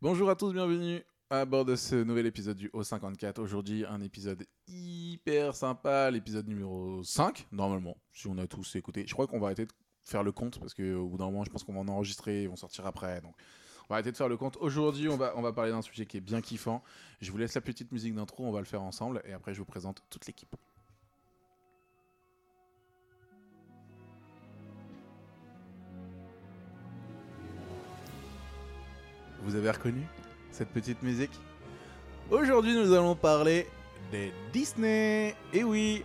Bonjour à tous, bienvenue à bord de ce nouvel épisode du O54. Aujourd'hui, un épisode hyper sympa, l'épisode numéro 5, normalement, si on a tous écouté. Je crois qu'on va arrêter de faire le compte parce qu'au bout d'un moment, je pense qu'on va en enregistrer et on sortira après. Donc, on va arrêter de faire le compte. Aujourd'hui, on va, on va parler d'un sujet qui est bien kiffant. Je vous laisse la petite musique d'intro, on va le faire ensemble et après, je vous présente toute l'équipe. Vous avez reconnu cette petite musique Aujourd'hui, nous allons parler des Disney. Et oui,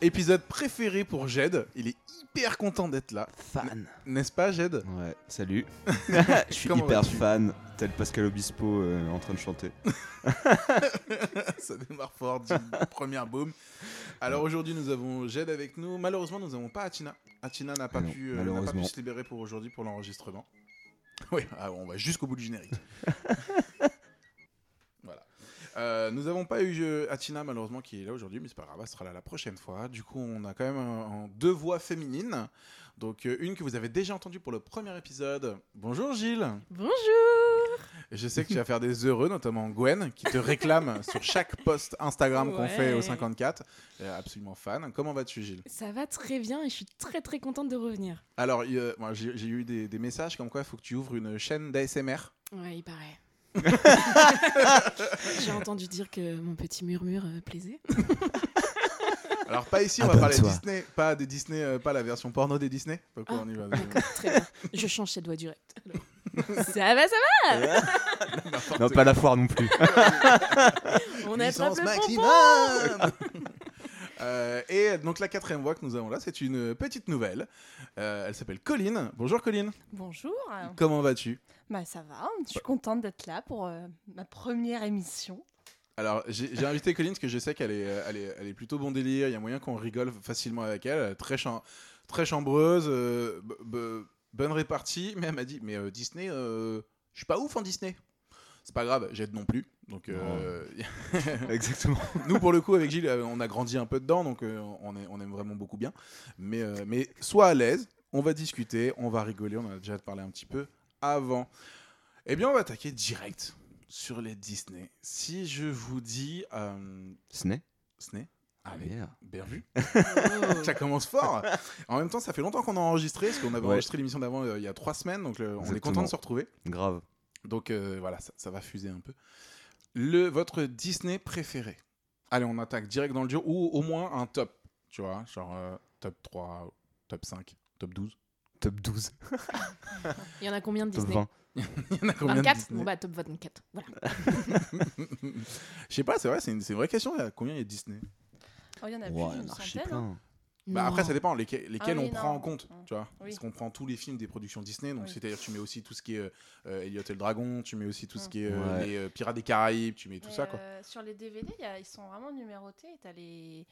épisode préféré pour Jed. Il est hyper content d'être là, Fan. n'est-ce pas, Jed Ouais, salut. Je suis Comment hyper vas-tu fan, tel Pascal Obispo euh, en train de chanter. Ça démarre fort, dit première boom. Alors aujourd'hui, nous avons Jed avec nous. Malheureusement, nous n'avons pas Atina. Atina n'a pas, Ah non, pu, euh, n'a pas malheureusement. pu se libérer pour aujourd'hui pour l'enregistrement. Oui, ah, on va jusqu'au bout du générique. voilà. Euh, nous n'avons pas eu euh, Atina, malheureusement, qui est là aujourd'hui, mais c'est pas grave, elle sera là la prochaine fois. Du coup, on a quand même un- un- deux voix féminines. Donc, euh, une que vous avez déjà entendue pour le premier épisode. Bonjour Gilles Bonjour je sais que tu vas faire des heureux, notamment Gwen, qui te réclame sur chaque post Instagram qu'on Ouais. fait au 54. Euh, absolument fan. Comment vas-tu, Gilles Ça va très bien et je suis très très contente de revenir. Alors, il y a- moi, j'ai j'ai eu des, des messages comme quoi il faut que tu ouvres une chaîne d'ASMR. Ouais, il paraît. J'ai entendu dire que mon petit murmure euh, plaisait. Alors, pas ici, on va parler Abonne-toi. Disney, pas des Disney, euh, pas la version porno des Disney. Donc, Ah. on y va. D'accord, très bien. Je change cette voix directe. alors. ça va, ça N'importe non, pas la foire non plus. va On attrape le pompon maximum Euh, Et donc, la quatrième voix que nous avons là, c'est une petite nouvelle. Euh, elle s'appelle Colline. Bonjour, Colline. Bonjour. Comment vas-tu Bah ça va, je suis contente d'être là pour euh, ma première émission. Alors, j'ai j'ai invité Colline parce que je sais qu'elle est, euh, elle est, elle est plutôt bon délire. Il y a moyen qu'on rigole facilement avec elle. Elle est Très, cham- très chambreuse, euh, b- b- bonne répartie. Mais elle m'a dit Mais euh, Disney, euh, je suis pas ouf en Disney. C'est pas grave, j'aide non plus. Donc, euh, Exactement. nous, pour le coup, avec Gilles, euh, on a grandi un peu dedans. Donc, euh, on, est- on aime vraiment beaucoup bien. Mais, euh, mais sois à l'aise, on va discuter, on va rigoler. On en a déjà parlé un petit peu avant. Eh bien, on va attaquer direct sur les Disney. Si je vous dis. euh, Sné Snay Ah, Allez, merde. bien vu. Oh. Ça commence fort. En même temps, ça fait longtemps qu'on a enregistré, parce qu'on avait Ouais. enregistré l'émission d'avant euh, il y a trois semaines, donc euh, on est Exactement. content de se retrouver. Grave. Donc euh, voilà, ça, ça va fuser un peu. Le, votre Disney préféré Allez, on attaque direct dans le dur, ou au moins un top, tu vois, genre euh, top 3, top 5, top 12. Top 12, Il y en a combien de top Disney 20. Il y en a combien de 24 Disney Bon bah top 24. Voilà. Je sais pas, c'est vrai, c'est une, c'est une vraie question, là, combien il y a de Disney Oh, il y en a Ouah, plus il y d'une en a archi centaine. hein. plein. Bah Non. après ça dépend lesquels, lesquels Ah oui, on prend non. en compte, Mm. tu vois. Oui. Parce qu'on prend tous les films des productions Disney, donc Oui. c'est-à-dire tu mets aussi tout ce qui est euh, euh, Elliot et le dragon, tu mets aussi tout ce Mm. qui est euh, Ouais. les euh, Pirates des Caraïbes, tu mets tout Mais, ça quoi. euh, sur les DVD, il y a- ils sont vraiment numérotés. T'as les...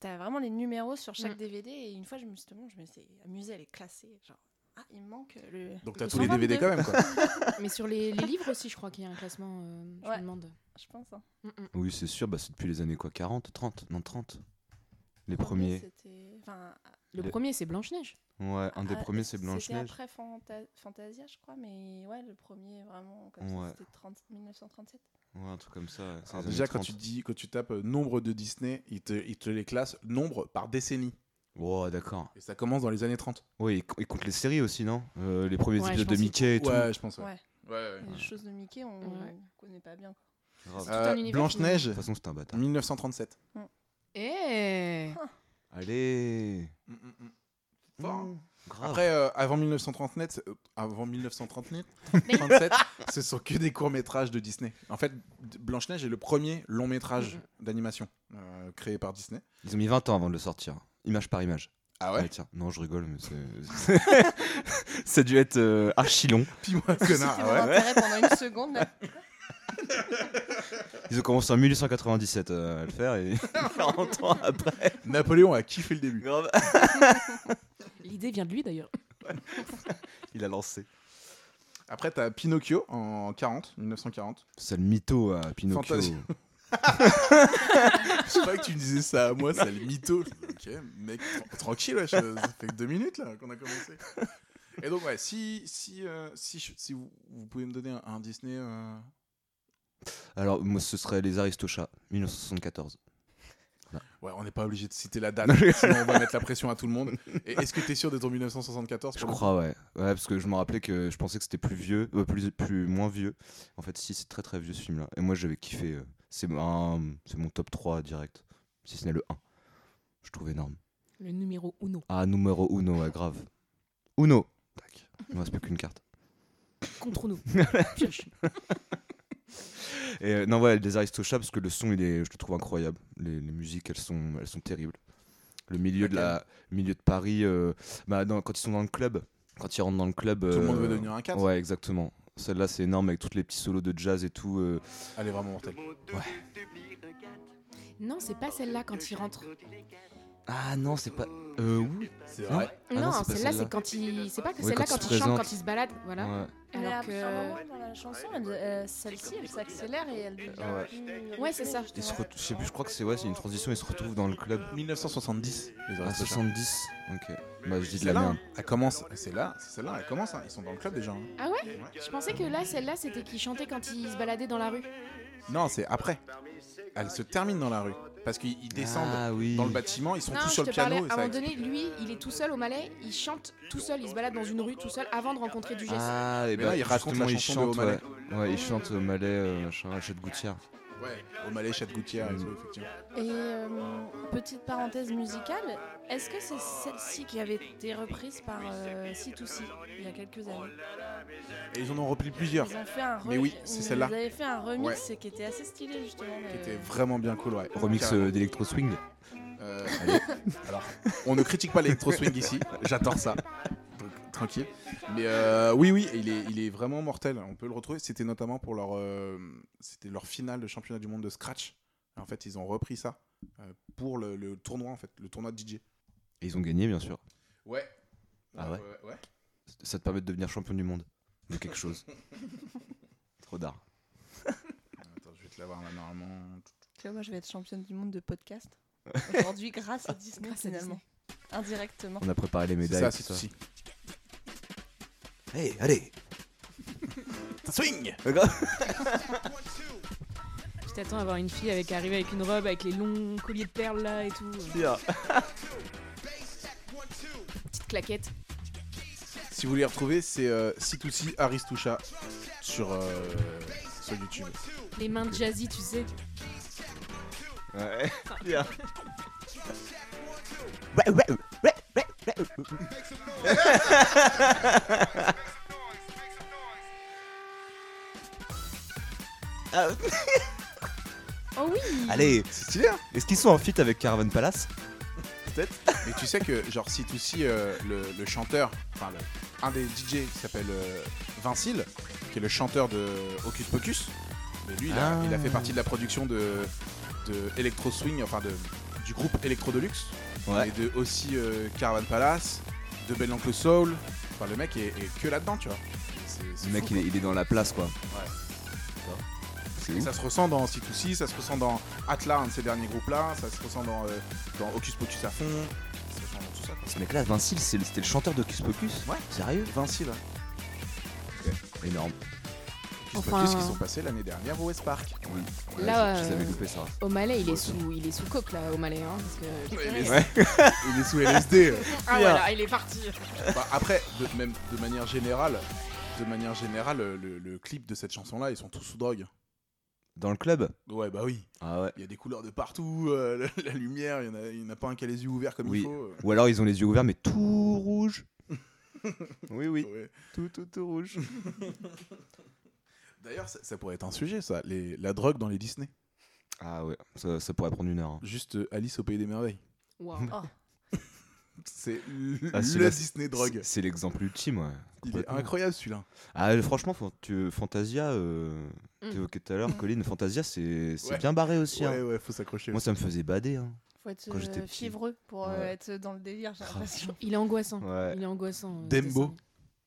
T'as vraiment les numéros sur chaque Mm. DVD. Et une fois, je me suis, je me suis amusée à les classer. Genre, ah, il manque le. Donc t'as ils tous sont les DVD quand même quoi. Mais sur les, les livres aussi, je crois qu'il y a un classement. euh, je Ouais. me demande. Je pense. Hein. Mm-mm. Oui, c'est sûr, bah, c'est depuis les années quoi 40, 30 Non, 30. Les Enfin, mais premiers. c'était- enfin, Le Le- premier, c'est Blanche-Neige. Ouais, un des ah, premiers, c'est C'était Blanche-Neige. après Fanta- Fantasia, je crois. Mais ouais, le premier, vraiment, comme ça, Ouais. c'était 30 1937. Ouais, un truc comme ça. ouais, c'est Alors les Ah, déjà années quand 30. tu dis quand tu tapes euh, nombre de Disney, ils te, ils te les classent nombre par décennie Wow, d'accord. et ça commence dans les années 30. Oui, ils co- ils comptent les séries aussi, non Euh, Les premiers Ouais, je épisodes de pense Mickey et tout. Ouais, je pense ouais. Ouais. Ouais, ouais. Les choses de Mickey, on Ouais. connaît pas bien. quoi. Grave. tout un Euh, univers Euh, Blanche-Neige De toute façon, c'est un bâtard. 1937. Eh Allez Mm, mm, mm. Fort, hein. Mmh, Grave. Après, euh, avant 1939, euh, avant 1939, 37, ce sont que des courts métrages de Disney. En fait, D- Blanche-Neige est le premier long métrage d'animation euh, créé par Disney. Ils ont mis 20 ans avant de le sortir. Image par image. Ah Ouais, tiens. Non, je rigole, mais c'est. ça a dû être euh, archi long. Pis-moi, C'était connard. mon ah ouais. intérêt pendant une seconde. là. Ils ont commencé en 1897 euh, à le faire et 40 ans après. Napoléon a kiffé le début. Grave. L'idée vient de lui d'ailleurs. Il a lancé. Après, t'as Pinocchio en 40, 1940. Sale mytho à Pinocchio. Fantasy. Je sais pas que tu me disais ça à moi, euh, ça le mytho. Je me dis, Ok, mec, tra- tranquille, wesh, ça fait que deux minutes là qu'on a commencé. Et donc, ouais, si, si, euh, si, je- si vous, vous pouvez me donner un, un Disney. euh, Alors, moi, ce serait Les Aristochats, 1974. Ouais, on n'est pas obligé de citer la date, sinon on va mettre la pression à tout le monde. Et est-ce que t'es sûr de ton 1974 Je pour le crois, ouais. Ouais, parce que je me rappelais que je pensais que c'était plus vieux, euh, plus, plus moins vieux. En fait, si, c'est très très vieux ce film-là. Et moi, j'avais kiffé. euh, C'est un- c'est mon top 3 direct, si ce n'est le 1. Je trouve énorme. Le numéro uno. Ah, numéro uno, ouais, grave. Uno Tac. Il ne reste plus qu'une carte. Contre nous. Pioche. Et euh, non, ouais, Les Aristochats, parce que le son, il est, je le trouve incroyable. Les, les musiques, elles sont, elles sont terribles. Le milieu, de, la, milieu de Paris, euh, bah, dans- quand ils sont dans le club, quand ils rentrent dans le club. Tout le monde veut euh, devenir un 4 Ouais, exactement. Celle-là, c'est énorme avec tous les petits solos de jazz et tout. euh. Elle est vraiment mortelle. Non, c'est pas celle-là quand il rentre. Ah non, c'est pas. Euh, oui. C'est Non. vrai. Ah non, non, c'est pas celle-là, celle-là. c'est quand il. C'est pas Ouais, que celle-là quand il se quand, il chante, présente. quand il se balade, voilà. Ouais. Mais Alors après, à un que. moment dans la chanson, elle- euh, celle-ci, elle s'accélère et elle devient Ouais. plus- Ouais, c'est ça. Ils se re- Je sais plus, je crois que c'est ouais, c'est une transition. Ils se retrouvent dans le club. 1970, les À Aristochats. 70. Ok. Bah, je dis de C'est Ah, là, la merde. hein. elle commence, c'est là, c'est celle-là, elle commence, hein. ils sont dans le club déjà. hein. Ah ouais Je pensais que là, celle-là, c'était qu'il chantait quand il se baladait dans la rue. Non, c'est après. Elle se termine dans la rue. Parce qu'ils ils descendent Ah oui. dans le bâtiment, ils sont Non, tous je sur te le piano. parlais, à et un ça moment explose. donné, lui, il est tout seul au Malais, il chante tout seul, il se balade dans une rue tout seul avant de rencontrer du geste. Ah, et Mais bah, là, il raconte justement, la il chanson de chante. Ouais. ouais, il chante au malais, euh, machin, à de gouttière. Ouais, au Malais, Chat Gouttière et tout, effectivement. Et euh, petite parenthèse musicale, est-ce que c'est celle-ci qui avait été reprise par euh, C2C il y a quelques années Et ils en ont repris plusieurs, Ils ont fait un Mais oui, remix- c'est celle-là. Ils avaient fait un remix qui était assez stylé justement. qui mais- étaient vraiment bien cool, ouais. Remix Carrément. euh, d'électro swing. Euh, alors, on ne critique pas l'électro swing ici, j'adore ça. Donc, tranquille. Mais euh, oui, oui, il est, il est vraiment mortel. On peut le retrouver. C'était notamment pour leur, euh, c'était leur finale de championnat du monde de scratch. En fait, ils ont repris ça euh, pour le, le tournoi, en fait, le tournoi de DJ. Et ils ont gagné, bien sûr. Ouais. Ah ouais Euh, Ça te permet de devenir champion du monde de quelque chose. Trop d'art. Attends, je vais te l'avoir là normalement. Tu vois, moi je vais être championne du monde de podcast aujourd'hui grâce à Disney Grâce à finalement. Indirectement. On a préparé les C'est médailles. ça, tout c'est ça. si. Hey, allez. Swing Tu t'attends à avoir une fille avec arrivée avec une robe, avec les longs colliers de perles là et tout, euh, petite claquette. Si vous voulez les retrouver, c'est euh, C2C Aristoucha sur, euh, sur YouTube. Les mains de Jazzy, tu sais. Ouais. Oh oui Allez, C'est stylé, hein est-ce qu'ils sont en fit avec Caravan Palace Mais tu sais que, genre, si tout si euh, le, le chanteur, enfin, le- un des DJ qui s'appelle euh, Vincile, qui est le chanteur de Hocus Pocus, mais lui, il a, Ah. il a fait partie de la production de, de Electro Swing, enfin, de, du groupe Electro Deluxe, et de aussi euh, Caravan Palace, de Belle Uncle Soul. Enfin, le mec est, est que là-dedans, tu vois. C'est- c'est Le mec, fou, il est, il est dans la place, quoi. C'est quoi. ouf. Ça se ressent dans C2C, ça se ressent dans Atla, un de ces derniers groupes-là, ça se ressent dans, euh, dans Hocus Pocus à fond, ça se ressent dans tout ça. quoi. Ce mec-là, Vincile, c'est le- c'était le chanteur de Kiss Pocus Ouais. Sérieux Vincile, hein. Énorme. Qui se Enfin- focus, qui sont passés l'année dernière au West Park. Oui. Ouais, Là, je, je euh, les avais loupé ça. Au Malais, il est sous, il est sous coque là, au Malais, hein, parce que. Ouais. Il est sous LSD. Ah voilà, il est parti. Bah, après, de, même de manière générale, de manière générale, le, le clip de cette chanson-là, ils sont tous sous drogue. Dans le club Ouais, bah oui. Ah ouais. Il y a des couleurs de partout, euh, la, la lumière, il n'y en, a- il y en a pas un qui a les yeux ouverts comme Oui. il faut. euh. Ou alors, ils ont les yeux ouverts, mais tout rouge. oui, oui. Ouais. Tout, tout, tout rouge. D'ailleurs, ça, ça pourrait être un sujet, ça, les- la drogue dans les Disney. Ah ouais, ça, ça pourrait prendre une heure. hein. Juste euh, Alice au pays des merveilles. Waouh. Oh, C'est le Ah, la celui-là, Disney C'est- drogue. C'est l'exemple ultime, ouais. Il est Complètement. incroyable celui-là. Ah, franchement, fan- tu, Fantasia, euh, Mm. t'évoquais tout à l'heure, Colline, Fantasia, c'est c'est Ouais. bien barré aussi. hein. Ouais, ouais, faut s'accrocher. Moi, ça me faisait bader. Hein. faut être Quand j'étais euh, petit. fiévreux pour euh, Ouais. être dans le délire, j'ai Ah. l'impression. Il est angoissant. Ouais. Il est angoissant. euh, Dembo. dessin.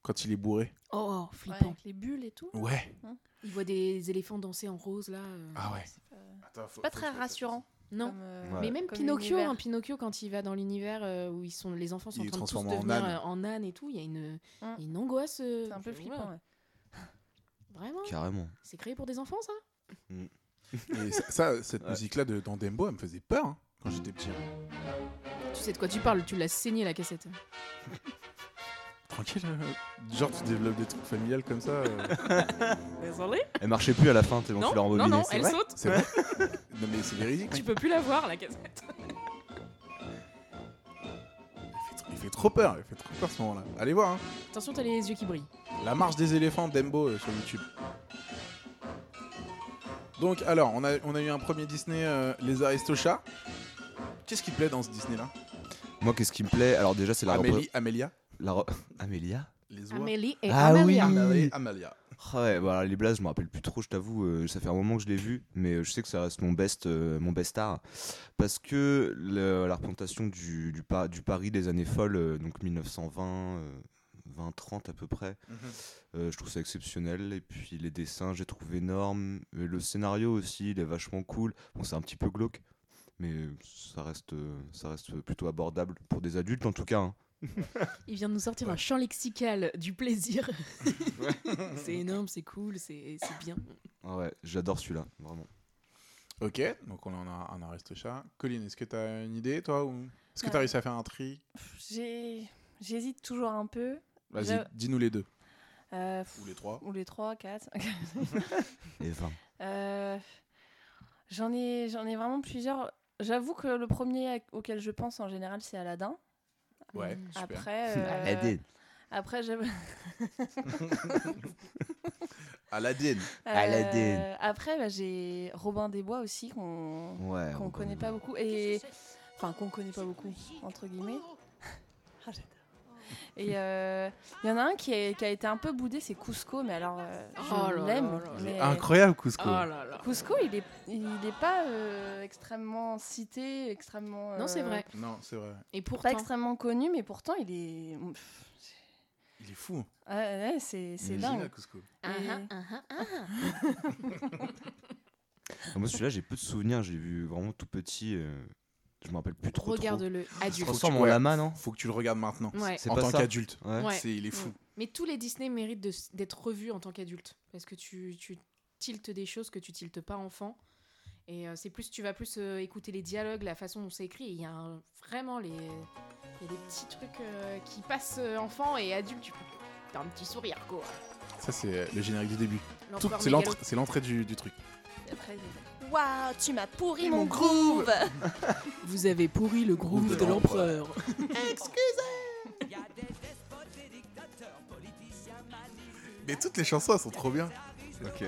Quand il est bourré. Oh, oh, Ouais, flippant. avec les bulles et tout. Ouais. Il voit des éléphants danser en rose là. euh. Ah ouais. C'est pas très rassurant. Non. comme, euh, Ouais. Mais même comme Pinocchio, l'univers. hein, Pinocchio quand il va dans l'univers euh, où ils sont, les enfants sont Il est en train de tous transformé en devenir âne. euh, en âne et tout, il y a une, il y a Mm. une angoisse. euh, C'est un peu ouais, flippant. ouais. Vraiment Carrément. C'est créé pour des enfants, ça Et ça, ça, cette Ouais. musique-là de- dans Dembo, elle me faisait peur hein, quand j'étais petit. Tu sais de quoi tu parles, tu l'as saigné la cassette. Tranquille. euh, genre, tu développes des trucs familiales comme ça. euh, Désolé Elle marchait plus à la fin tellement Non, tu l'as non, rembobiné. non, c'est elle vrai saute. c'est vrai. non, mais c'est véridique. Tu peux plus la voir, la cassette. Il fait, il fait trop peur. Il fait trop peur ce moment-là. Allez voir. hein. Attention, t'as les yeux qui brillent. La marche des éléphants d'Embo euh, sur YouTube. Donc, alors, on a, on a eu un premier Disney, euh, Les Aristochats. Qu'est-ce qui te plaît dans ce Disney-là Moi, qu'est-ce qui me plaît Alors, déjà, c'est la. repré- Amélie, Amélia, la re- Amélia les oies. Amélie et Ah Amélia. oui. Amélie, Amélia. Ah ouais, voilà, les blagues, je me rappelle plus trop, je t'avoue. euh, ça fait un moment que je l'ai vu, mais euh, je sais que ça reste mon best, euh, mon best art. Parce que le- la représentation du, du, Pa- du Paris des années folles, euh, donc 1920, 20-30 euh, à peu près, euh, je trouve ça exceptionnel. Et puis les dessins, j'ai trouvé énorme. Et le scénario aussi, il est vachement cool. Bon, c'est un petit peu glauque, mais ça reste, euh, ça reste plutôt abordable pour des adultes en tout cas. hein. Il vient de nous sortir un champ lexical du plaisir. c'est énorme, c'est cool, c'est c'est bien. Ah ouais, j'adore celui-là, vraiment. Ok, donc on en a un Aristochat. Colline, est-ce que tu as une idée, toi ou... Est-ce que tu as Euh. réussi à faire un tri Pff, j'ai- J'hésite toujours un peu. Vas-y, Je- dis-nous les deux. Euh, pff, Ou les trois. ou les 3, 4. Et 20. Euh, J'en ai, j'en ai vraiment plusieurs. J'avoue que le premier à- auquel je pense en général, c'est Aladdin. Ouais, Mm. super. Après, euh, Aladdin. après j'avoue- Aladdin. Aladdin. Après, bah, j'ai Robin des Bois aussi, qu'on Ouais. qu'on on connaît pas beaucoup. Et... Enfin, qu'on connaît pas beaucoup, entre guillemets. Ah, j'adore. Et euh, il y en a un qui, est- qui a été un peu boudé, c'est Cusco, mais alors euh, je Oh là là l'aime. là là. mais- Incroyable, Cusco. Oh là là. Cusco, il est, il est pas euh, extrêmement cité, extrêmement. euh, Non, c'est vrai. Non, c'est vrai. Et Pas pourtant, extrêmement connu, mais pourtant il est. Pff, Il est fou. Ouais, ouais, c'est c'est Il est Imagine, dingue. Cusco. Ah, Et- ah, ah, ah, ah. Ah, Moi, celui-là, j'ai peu de souvenirs. J'ai vu vraiment tout petit. euh, Je me rappelle plus trop. regarde-le trop. Il se adulte. transforme en Ouais. lama, non Faut que tu le regardes maintenant. Ouais. C'est en pas tant ça qu'adulte. Ouais. Ouais. C'est- Il est fou. Mais tous les Disney méritent de s- d'être revus en tant qu'adulte. Parce que tu, tu tiltes des choses que tu tiltes pas enfant. Et euh, c'est plus, tu vas plus euh, écouter les dialogues, la façon dont c'est écrit. Et Il y a un- vraiment les, il y a des petits trucs euh, qui passent euh, enfant et adulte. Tu as un petit sourire, quoi. Ça, c'est euh, le générique du début. Tout- L'empereur C'est mégalo. l'entrée- c'est l'entrée du, du truc. Et après, il est- Waouh, tu m'as pourri Mon mon groove Vous avez pourri le groove de l'empereur. Mais toutes les chansons, elles sont trop bien. Ok.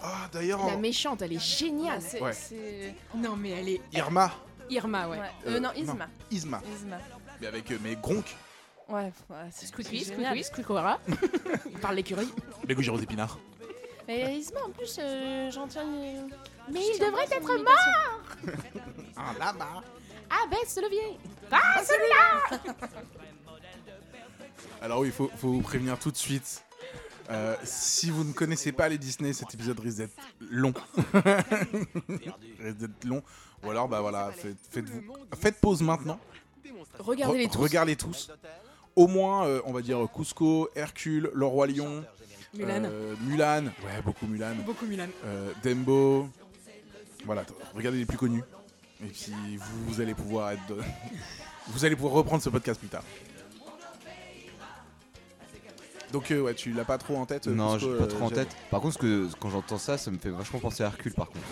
Ah, d'ailleurs, La méchante, elle est géniale. Ah, c'est- Ouais. c'est- Non, mais elle est Irma, Irma, ouais. ouais. Euh, Euh, non, non. Isma. Isma. Isma. Mais avec euh, mais Gronk, Ouais, ouais, c'est Squidward, c'est génial. Squidward, Squidward. Il parle l'écurie. les gougères aux épinards. Mais Isma, en plus, euh, j'entends une. Mais il devrait être mort Ah, là-bas. Ah, baisse le levier Alors oui, il faut, faut vous prévenir tout de suite. Euh, si vous ne connaissez pas les Disney, cet épisode risque d'être long. risque d'être long. Ou alors, bah voilà, faites, faites-vous- faites pause maintenant. Regardez-les Re- tous. regardez tous. Au moins, euh, on va dire Cusco, Hercule, Le Roi Lion, Ah, Mulan. euh, Mulan. Ouais, beaucoup Mulan. Beaucoup Mulan. Euh, Dembo. Voilà, t- regardez les plus connus. Et puis vous, vous allez pouvoir être. de- vous allez pouvoir reprendre ce podcast plus tard. Donc euh, ouais, tu l'as pas trop en tête. euh, Non, Cusco, j'ai pas euh, trop en Jade tête. Par contre, ce que, quand j'entends ça, ça me fait vachement penser à Hercule, par contre.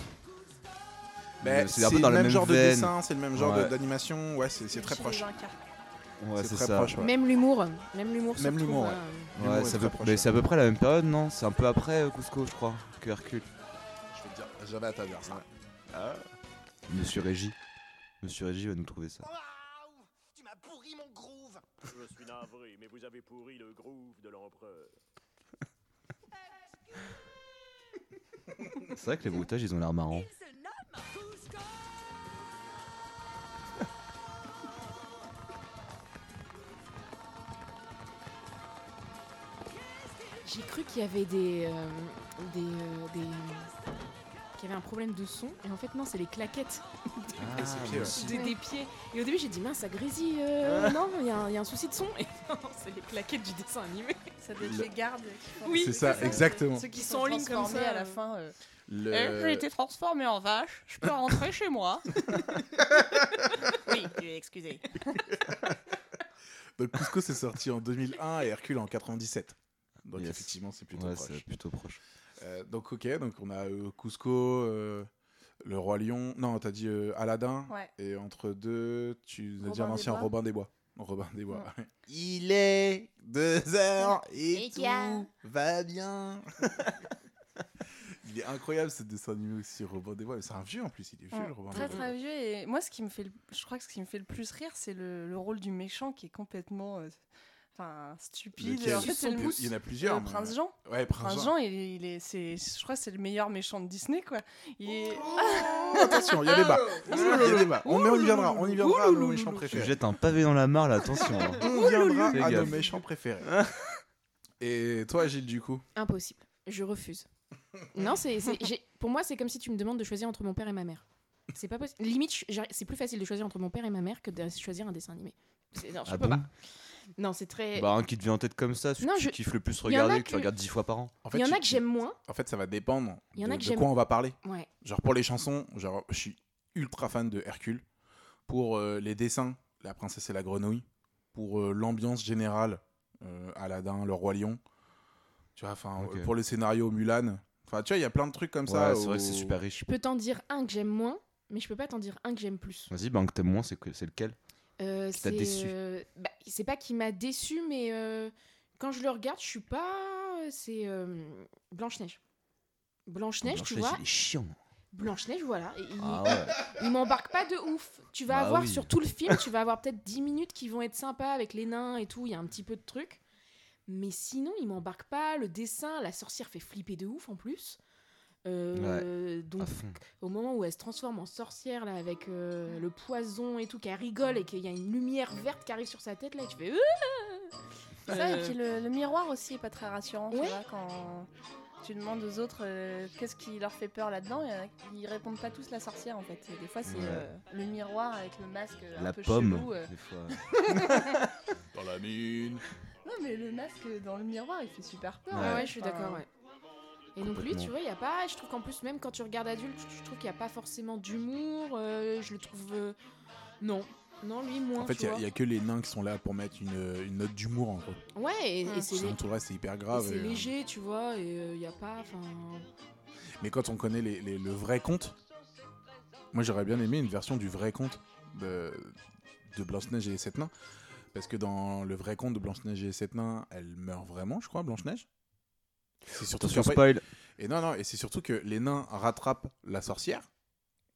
Mais Euh, c'est le même, genre de dessin, c'est le même genre de- Ouais. d'animation. Ouais, c'est c'est très proche. Ouais, C'est c'est très ça. proche, ouais. Même l'humour. Même l'humour. se Même l'humour, retrouve, ouais. hein. L'humour Ouais, est ça très veut- proche, mais ouais. c'est à peu près la même période, non C'est un peu après euh, Cusco, je crois, que Hercule. Je vais te dire, j'avais à ta dire ça. Monsieur Régie. Monsieur Régie va nous trouver ça. Waouh Tu m'as pourri mon groove Je suis navré, mais vous avez pourri le groove de l'empereur. C'est vrai que les bruitages, ils ont l'air marrants. J'ai cru qu'il y avait des. euh, des. euh, des. qu'il qu'il y avait un problème de son. Et en fait, non, c'est les claquettes Ah, c'est oui. bien. des, des pieds. Et au début, j'ai dit, mince, ça grésille. Ah. euh, non, il y, a un- il y a un souci de son. Et non, c'est les claquettes du dessin animé. Ça doit être les gardes. qui font- Oui, C'est ça, exactement. Ceux qui Qui sont en ligne comme transformés ça. à la fin. euh. Le- Eh, J'ai été transformée en vache. Je peux rentrer chez moi. oui, excusez. Donc Cusco c'est sorti en 2001 et Hercule en 97. Donc Yes. effectivement c'est plutôt Ouais, proche. c'est plutôt proche. Euh, donc ok, donc on a euh, Cusco, euh, le roi lion. Non, t'as dit euh, Aladdin. Ouais. Et entre deux, tu nous as dit un Robin des ancien Bois. Robin des Bois. Robin des Bois. Il est deux heures et, tout va bien. il est incroyable ce dessin animé aussi Robin des Bois. Mais C'est un vieux en plus, il est vieux Ouais, le Robin Très des Bois. très vieux et moi ce qui me fait le- je crois que ce qui me fait le plus rire c'est le, le rôle du méchant qui est complètement euh, enfin stupide Lequel en fait c'est le, il y en a le plusieurs. mais- Euh, prince Jean Ouais, Prince, prince Jean. Jean il, est- il est c'est je crois que c'est le meilleur méchant de Disney quoi il est Oh. Attention, il y a débat. Il y a débat. On, mais on y viendra, on y viendra à nos Ouloulou. méchants Tu préférés. jettes un pavé dans la mare là, attention. hein. On viendra Fais à nos gaffe. méchants préférés. Et toi, Gilles, du coup Impossible. Je refuse. non, c'est, c'est- j'ai- pour moi, c'est comme si tu me demandes de choisir entre mon père et ma mère. C'est pas possible. Limite, je- j'arri- c'est plus facile de choisir entre mon père et ma mère que de choisir un dessin animé. C'est- non, je Ah peux bon pas. Non, c'est très. Bah, un qui te vient en tête comme ça, celui Non, que tu je- kiffes le plus y en a regarder, que tu que- regardes 10 fois par an. en Il y en a tu- que j'aime moins. En fait, ça va dépendre Il y de, en a que de j'aime. quoi on va parler. Ouais. Genre pour les chansons, genre, je suis ultra fan de Hercule. Pour euh, les dessins, La princesse et la grenouille. Pour euh, l'ambiance générale, euh, Aladdin, le roi lion. Tu vois, enfin, Ok. euh, pour le scénario Mulan. Enfin, tu vois, il y a plein de trucs comme ça. ouais, c'est vrai que c'est où- super riche. Je peux t'en dire un que j'aime moins, mais je peux pas t'en dire un que j'aime plus. Vas-y, bah, un que t'aimes moins, c'est que- c'est lequel Euh, Qui t'a c'est, déçu. euh, bah, c'est pas qu'il m'a déçu, mais euh, quand je le regarde, je suis pas. C'est euh, Blanche-Neige. Blanche-Neige, tu Blanche-Neige, vois. il est chiant. Blanche-Neige, voilà. et il- Ah ouais. Il m'embarque pas de ouf. Tu vas Bah avoir oui. sur tout le film, tu vas avoir peut-être 10 minutes qui vont être sympas avec les nains et tout, il y a un petit peu de trucs. Mais sinon, il m'embarque pas. Le dessin, la sorcière fait flipper de ouf en plus. Euh, Donc, à fond. au moment où elle se transforme en sorcière, là, avec euh, le poison et tout, qu'elle rigole et qu'il y a une lumière verte qui arrive sur sa tête, là, et tu fais. Ah ça et Euh, puis le, le miroir aussi est pas très rassurant tu Ouais. vois quand tu demandes aux autres euh, qu'est-ce qui leur fait peur là-dedans il y en a qui- ils répondent pas tous la sorcière en fait Et des fois c'est Ouais. euh, le miroir avec le masque euh, un La peu pomme, chelou, euh. des fois. Dans la mine. non mais le masque dans le miroir il fait super peur Ouais, Ouais. ouais, je suis d'accord, ouais. Et donc lui, Complètement. tu vois, il y a pas. Je trouve qu'en plus, même quand tu regardes adulte, je trouve qu'il n'y a pas forcément d'humour. euh, je le trouve. euh, Non. Non, lui, moins. En fait, tu il vois. n'y a, que les nains qui sont là pour mettre une, une note d'humour, en gros. Ouais, et, et Ouais. c'est, lé- Sinon, tout le reste, c'est hyper et grave. c'est et, euh, léger, tu vois, et euh, il n'y a pas. Enfin. Mais quand on connaît les- les- le vrai conte, moi j'aurais bien aimé une version du vrai conte de, de Blanche-Neige et les Sept Nains. Parce que dans le vrai conte de Blanche-Neige et les Sept Nains, elle meurt vraiment, je crois, Blanche-Neige. C'est surtout Attention, qu'après- spoil. Et non, non, et c'est surtout que les nains rattrapent la sorcière.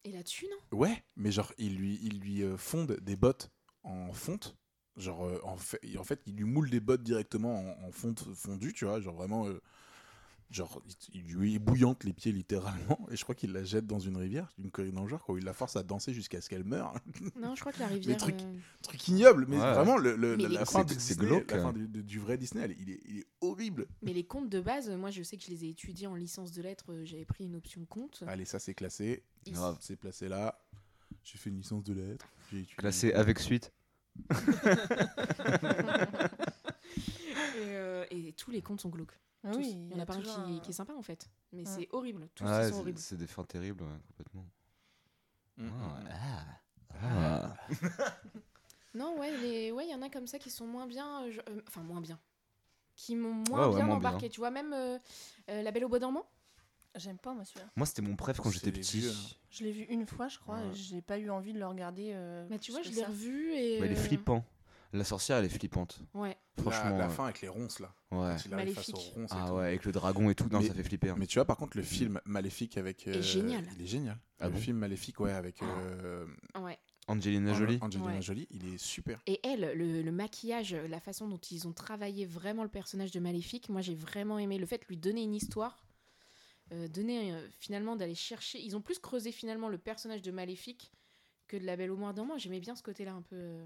Et hein. là-dessus, non Ouais, mais genre, ils lui, ils lui euh, fondent des bottes en fonte. Genre, euh, en, fait, en fait, ils lui moulent des bottes directement en, en fonte fondue, tu vois. Genre, vraiment. euh, genre, il, il lui ébouillante les pieds littéralement. Et je crois qu'il la jette dans une rivière, une colline dans le genre, quoi. Il la force à danser jusqu'à ce qu'elle meure. Non, je crois que la rivière. trucs- euh, Truc ignoble, mais Ouais. vraiment, le, le- Mais la- les- la fin, C'est- du, c'est Disney, glauque, la fin hein. du, du- du vrai Disney, elle- il, est, il est horrible. Mais les contes de base, moi, je sais que je les ai étudiés en licence de lettres. euh, J'avais pris une option conte. Allez, ça, c'est classé. Ils- Grave. C'est placé là. J'ai fait une licence de lettres. j'ai étudié. Classé avec suite. et, euh, et tous les contes sont glauques. Ah Tous. oui, il y en a, pas un qui, toujours un- qui est sympa, en fait. Mais Ouais. c'est horrible. Tous Ouais, ils Ah, c'est- sont horribles. c'est des fins terribles, ouais, complètement. Mm. Ah, ah. Non, ouais, les... ouais, il y en a comme ça qui sont moins bien, euh, je- euh, enfin moins bien, qui m'ont Ouais, moins ouais, bien moins embarqué. Tu vois, même euh, euh, La Belle au Bois dormant, J'aime pas, moi, celui-là. Moi, c'était mon préf quand C'est j'étais les petit. vieux, hein. Je l'ai vu une fois, je crois. Ouais. et J'ai pas eu envie de le regarder. euh, bah, tu plus vois, que je l'ai ça. revu et. Mais elle est euh, flippante. La sorcière, elle est flippante. Ouais, Franchement. La, la euh, fin avec les ronces, là. Ouais. Quand il arrive face aux Maléfique. ronces et Ah tout. ouais, avec le dragon et tout, non, Mais- ça fait flipper. hein. Mais tu vois, par contre, le film Maléfique avec. euh, génial. Il est génial. Ah le bon Ah. film Maléfique, ouais, avec euh, ouais. Angelina Jolie. Angelina Ouais. Jolie, il est super. Et elle, le, le maquillage, la façon dont ils ont travaillé vraiment le personnage de Maléfique, moi j'ai vraiment aimé le fait de lui donner une histoire, euh, donner euh, finalement d'aller chercher. Ils ont plus creusé finalement le personnage de Maléfique que de La Belle au Bois dormant. J'aimais bien ce côté-là un peu euh,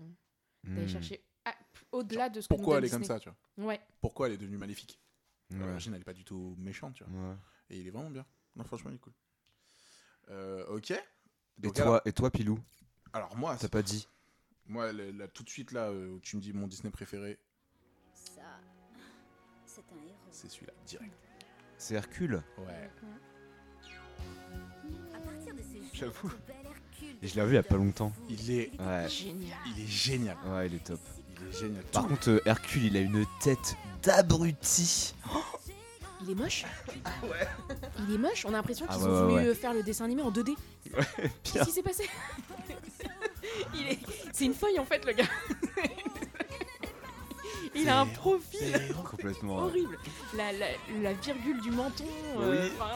d'aller Hmm. chercher ah, p- au-delà de ce que nous Pourquoi donne elle est comme Disney. ça, tu vois Ouais. Pourquoi elle est devenue maléfique Ouais. À l'origine, elle est pas du tout méchante, tu vois. Ouais. Et il est vraiment bien. Non, franchement, il est cool. Euh, ok. Et Donc, alors- toi, et toi, Pilou, Alors moi, t'as pas dit moi le- là, tout de suite là, euh, tu me dis mon Disney préféré, Ça, c'est un héros. c'est celui-là, direct. C'est Hercule. Ouais. À partir de ce jour, J'avoue. ce bel Hercule Et je l'ai revu il y a pas longtemps. Il est, Ouais, Génial. il est génial. ouais, il est top. Il est génial. Par contre, euh, Hercule, il a une tête d'abruti. Il est moche. Il est moche. On a l'impression Ah qu'ils ouais, ont ouais, voulu euh, faire le dessin animé en 2D. Qu'est-ce qui s'est passé Il est- C'est une feuille en fait, le gars. Il a un profil Complètement. ouais. horrible. La, la- la virgule du menton. euh, Oui. enfin,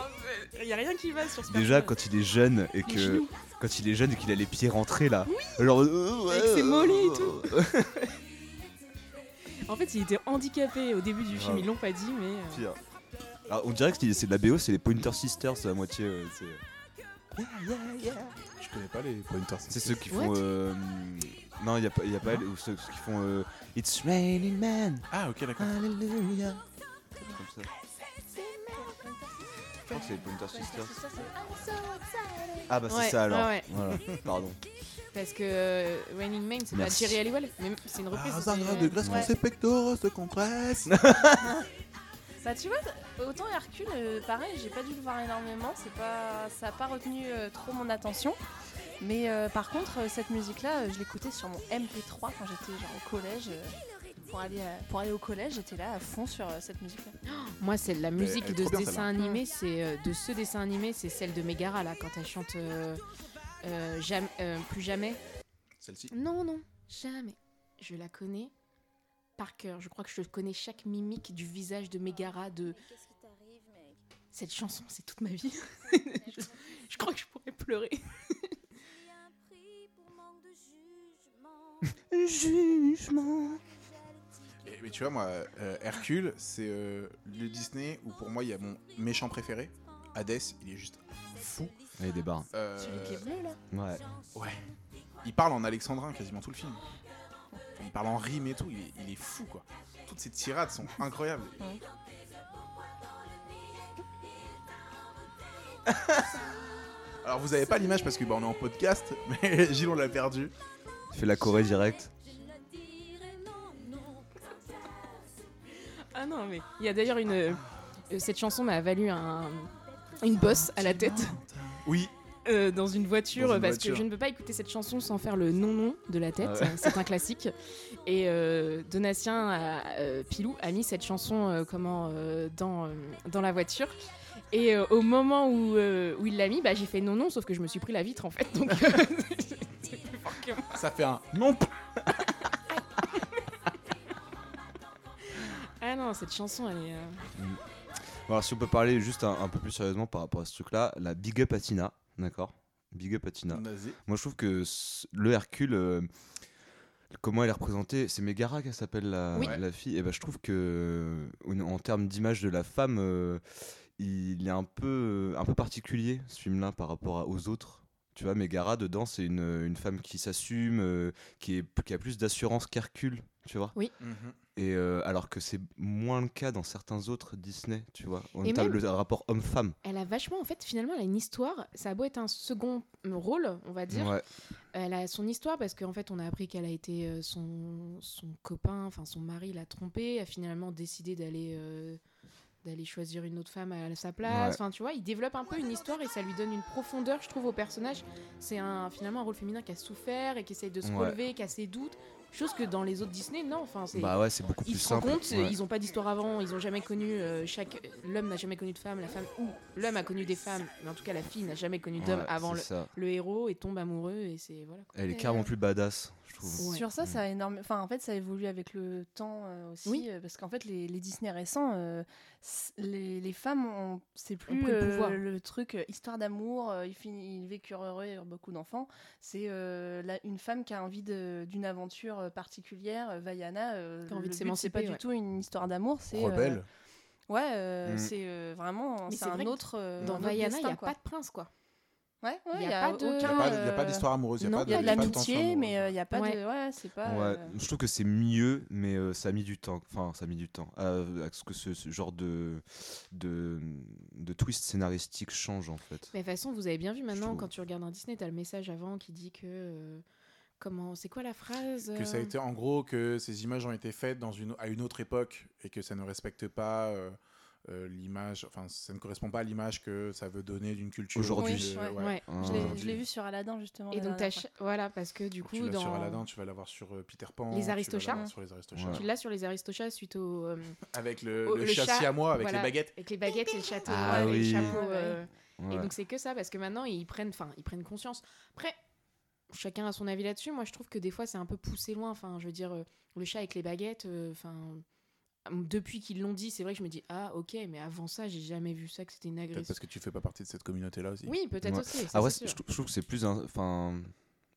Il n'y a rien qui va sur ce Déjà, personnage. quand il est jeune et Les que. genoux. Quand il est jeune et qu'il a les pieds rentrés là. Genre. euh, Avec ses euh, mollets et euh, En fait, il était handicapé au début du film, Grave. ils l'ont pas dit, mais. euh, Pire. Alors, on dirait que c'est c'est de la BO, c'est les Pointer Sisters à moitié. euh, c'est- Je connais pas les pointers. c'est ceux qui What font. euh, non, il n'y a pas, y a pas elle, ou ceux, ceux qui font. euh, It's raining man, Ah ok d'accord. hallelujah. Comme ça. Je crois que c'est les Pointer Sisters. Ah bah c'est Ouais, ça alors. ouais, ouais. Voilà, pardon. Parce que euh, Raining Man, c'est pas Merci. Jerry Halliwell, mais c'est une Ah, reprise. c'est- euh, glace Ouais. ses pectoraux se compressent. Bah tu vois, autant Hercule, euh, pareil, j'ai pas dû le voir énormément, c'est pas, ça a pas retenu euh, trop mon attention. Mais euh, par contre, euh, cette musique-là, euh, je l'écoutais sur mon MP3 quand j'étais genre au collège. euh, pour, aller, à- pour aller au collège, j'étais là à fond sur euh, cette musique-là. Moi, c'est la musique elle est de trop ce bien, dessin animé, c'est euh, de ce dessin animé, c'est celle de Megara là quand elle chante euh, euh, Jam- euh, plus jamais. Celle-ci. Non, non, jamais. Je la connais par cœur. Je crois que je connais chaque mimique du visage de Megara de cette chanson. C'est toute ma vie. je, je crois que je pourrais pleurer. Jugement. Et- mais tu vois moi, euh, Hercule, c'est euh, le Disney où pour moi il y a mon méchant préféré, Hades. Il est juste fou. Allez, débarre. Euh, Celui qui est bleu là Ouais. ouais. Il parle en alexandrin quasiment tout le film. Il parle en rime et tout. Il est, il est fou quoi. Toutes ses tirades sont incroyables. Alors vous avez pas l'image parce que bah, on est en podcast, mais Gilles on l'a perdu. Fais la Corée direct. Ah non, mais il y a d'ailleurs une. euh, cette chanson m'a valu un, une bosse à la tête Oui. euh, dans une voiture Dans une parce voiture. que je ne peux pas écouter cette chanson sans faire le non-non de la tête. Ah ouais. C'est un classique. Et euh, Donatien a- euh, Pilou a mis cette chanson euh, comment, euh, dans, euh, dans la voiture. Et euh, au moment où, euh, où il l'a mis, bah, j'ai fait non-non, sauf que je me suis pris la vitre en fait. Donc. euh, c'est plus fort que moi. Ça fait un non. Ah non, cette chanson, elle est. euh, Bon, alors si on peut parler juste un, un peu plus sérieusement par rapport à ce truc-là, la Big Up Atina, d'accord Big Up Atina. Vas-y. Moi je trouve que ce- le Hercule, euh, comment elle est représentée, c'est Megara qu'elle s'appelle la, Oui. la fille, et ben je trouve que euh, en termes d'image de la femme, euh, il est un peu, euh, un peu particulier ce film-là par rapport à- aux autres. Tu vois, Megara dedans, c'est une, une femme qui s'assume, euh, qui, est- qui a plus d'assurance qu'Hercule, tu vois. Et euh, alors que c'est moins le cas dans certains autres Disney, tu vois. On Et a même- le rapport homme-femme. Elle a vachement, en fait, finalement, elle a une histoire. Ça a beau être un second rôle, on va dire. Ouais. Elle a son histoire parce qu'en fait, on a appris qu'elle a été euh, son, son copain, enfin son mari l'a trompée, a finalement décidé d'aller euh, d'aller choisir une autre femme à sa place. Ouais. Enfin, tu vois, il développe un peu une histoire et ça lui donne une profondeur, je trouve, au personnage. C'est un, finalement un rôle féminin qui a souffert et qui essaye de se Ouais. relever, qui a ses doutes. Chose que dans les autres Disney, non. Enfin, c'est Bah ouais, c'est beaucoup ils plus se rendent simple. compte, ouais. ils n'ont pas d'histoire avant, ils n'ont jamais connu euh, chaque. L'homme n'a jamais connu de femme, la femme ou l'homme a connu des femmes, mais en tout cas la fille n'a jamais connu d'homme Ouais, avant le, c'est ça. le héros et tombe amoureux et c'est voilà. Quoi. Elle est Euh, carrément plus badass, je trouve. Ouais. Sur ça, Mm. ça a énorme. Enfin, en fait, ça évolue avec le temps euh, aussi, Oui. euh, parce qu'en fait, les, les Disney récents, euh, c- les, les femmes, ont- c'est plus pris le euh, pouvoir. le truc euh, histoire d'amour. euh, ils, fini- ils vécurent heureux, et eurent beaucoup d'enfants. C'est euh, la- une femme qui a envie de- d'une aventure euh, particulière. euh, Vaiana, euh, Qui a envie le de but, C'est s'émanciper, pas ouais. du tout une histoire d'amour. C'est euh, Rebelle. ouais, euh, Mm. c'est euh, vraiment Mais c'est c'est un vrai que autre. euh, un Dans autre Vaiana, il destin, n'y a quoi. pas de prince quoi. Ouais, ouais, Il il y a n'y a, pas de- Il aucun. n'y a pas euh, d'histoire amoureuse, il n'y a non, pas il y a de l'amitié, tension mais amoureuse. euh, il n'y a pas Ouais. de. Ouais, c'est pas. Ouais, euh, je trouve que c'est mieux, mais euh, ça a mis du temps. Enfin, ça a mis du temps. Euh, à ce que ce, ce genre de, de, de twist scénaristique change, en fait. Mais de toute façon, vous avez bien vu maintenant, trouve. quand tu regardes un Disney, t'as le message avant qui dit que. euh, comment. C'est quoi la phrase Que ça a euh, été en gros que ces images ont été faites dans une, à une autre époque et que ça ne respecte pas euh, euh, l'image, enfin ça ne correspond pas à l'image que ça veut donner d'une culture. Aujourd'hui. d'une- Oui, ouais. ouais. Ouais. Hein, Je Ah. l'ai- je l'ai vu sur Aladdin, justement. Et la donc, t'as dernière fois. ch- voilà, parce que tu du coup, l'as dans. sur Aladdin, tu vas l'avoir sur euh, Peter Pan, tu vas Aristochats. l'avoir sur les Aristochats. Ouais. Tu l'as sur les Aristochats suite au. euh, Avec le, Oh, le le châssis chat, à moi, avec voilà. les baguettes. avec les baguettes et le château, Ah avec oui. les chapeaux. Ah bah euh, ouais. Et donc c'est que ça parce que maintenant ils prennent, enfin ils prennent conscience. Après, chacun a son avis là-dessus. Moi je trouve que des fois c'est un peu poussé loin. Enfin je veux dire euh, le chat avec les baguettes. euh, Enfin depuis qu'ils l'ont dit, c'est vrai que je me dis ah ok mais avant ça j'ai jamais vu ça que c'était une Peut-être agression. parce que tu fais pas partie de cette communauté-là aussi. Oui peut-être Ah Ouais. aussi. ça, Après, c'est je, sûr. trou- je trouve que c'est plus. un- Enfin.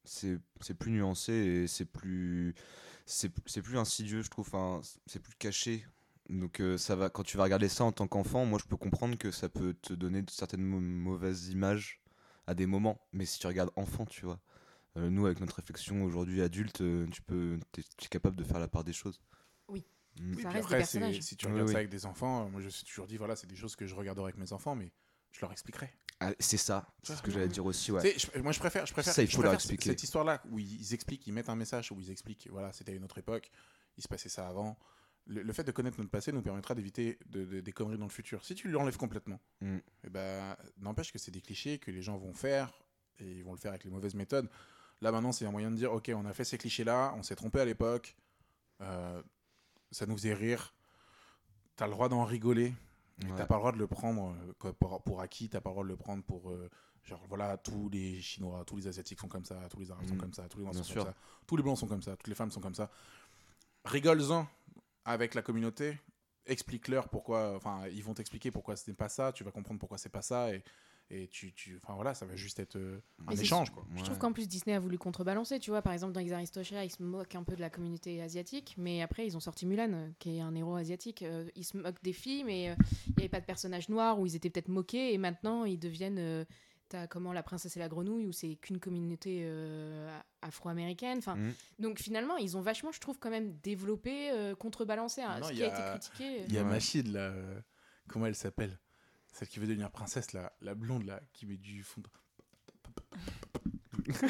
C'est c'est plus nuancé et c'est plus. C'est c'est plus insidieux, je trouve. Enfin, c'est plus caché. Donc, euh, ça va, quand tu vas regarder ça en tant qu'enfant, moi, je peux comprendre que ça peut te donner de certaines mau- mauvaises images à des moments. Mais si tu regardes enfant, tu vois. euh, nous, avec notre réflexion aujourd'hui adulte, euh, tu peux, t'es, t'es capable de faire la part des choses. Oui. Mm. Et Ça puis reste des après, c'est- personnages. si tu Oui, regardes oui. ça avec des enfants, euh, moi je me suis toujours dit, voilà, c'est des choses que je regarderai avec mes enfants, mais je leur expliquerai. Ah, c'est ça. C'est ce que j'allais dire aussi, ouais. Tu sais, je- moi, je préfère, je préfère, Ça, il je faut leur préfère c- expliquer. cette histoire-là où ils ils expliquent, ils mettent un message, où ils expliquent, voilà, c'était à une autre époque, il se passait ça avant. Le, le fait de connaître notre passé nous permettra d'éviter de- de- des conneries dans le futur. Si tu l'enlèves complètement, Mm. eh ben, n'empêche que c'est des clichés que les gens vont faire et ils vont le faire avec les mauvaises méthodes. Là, maintenant, c'est un moyen de dire, ok, on a fait ces clichés-là, on s'est trompé à l'époque, euh, ça nous faisait rire. T'as le droit d'en rigoler, mais Ouais. t'as pas le droit de le prendre euh, quoi, pour, pour acquis, t'as pas le droit de le prendre pour euh, genre voilà, tous les Chinois, tous les Asiatiques sont comme ça, tous les Arabes sont Mhm. comme ça, tous les Noirs Bien sont sûr. comme ça, tous les Blancs sont comme ça, toutes les femmes sont comme ça. Rigole-en avec la communauté, explique-leur pourquoi, enfin, ils vont t'expliquer pourquoi ce n'est pas ça, tu vas comprendre pourquoi c'est pas ça et, et tu, tu, enfin voilà, ça va juste être euh, un Mais c'est- échange quoi. Je Ouais. trouve qu'en plus Disney a voulu contrebalancer, tu vois, par exemple dans les Aristochats, ils se moquent un peu de la communauté asiatique, mais après ils ont sorti Mulan, euh, qui est un héros asiatique. Euh, ils se moquent des filles, mais euh, il n'y avait pas de personnage noir où ils étaient peut-être moqués, et maintenant ils deviennent, euh, t'as comment la princesse et la grenouille, où c'est qu'une communauté euh, afro-américaine. Enfin, Mm. donc finalement ils ont vachement, je trouve, quand même développé, euh, contrebalancé, hein, Non, ce il qui y a... a- été critiqué. Il y a Ouais. Machid là, euh, comment elle s'appelle Celle qui veut devenir princesse là, la blonde là, qui met du fond. de-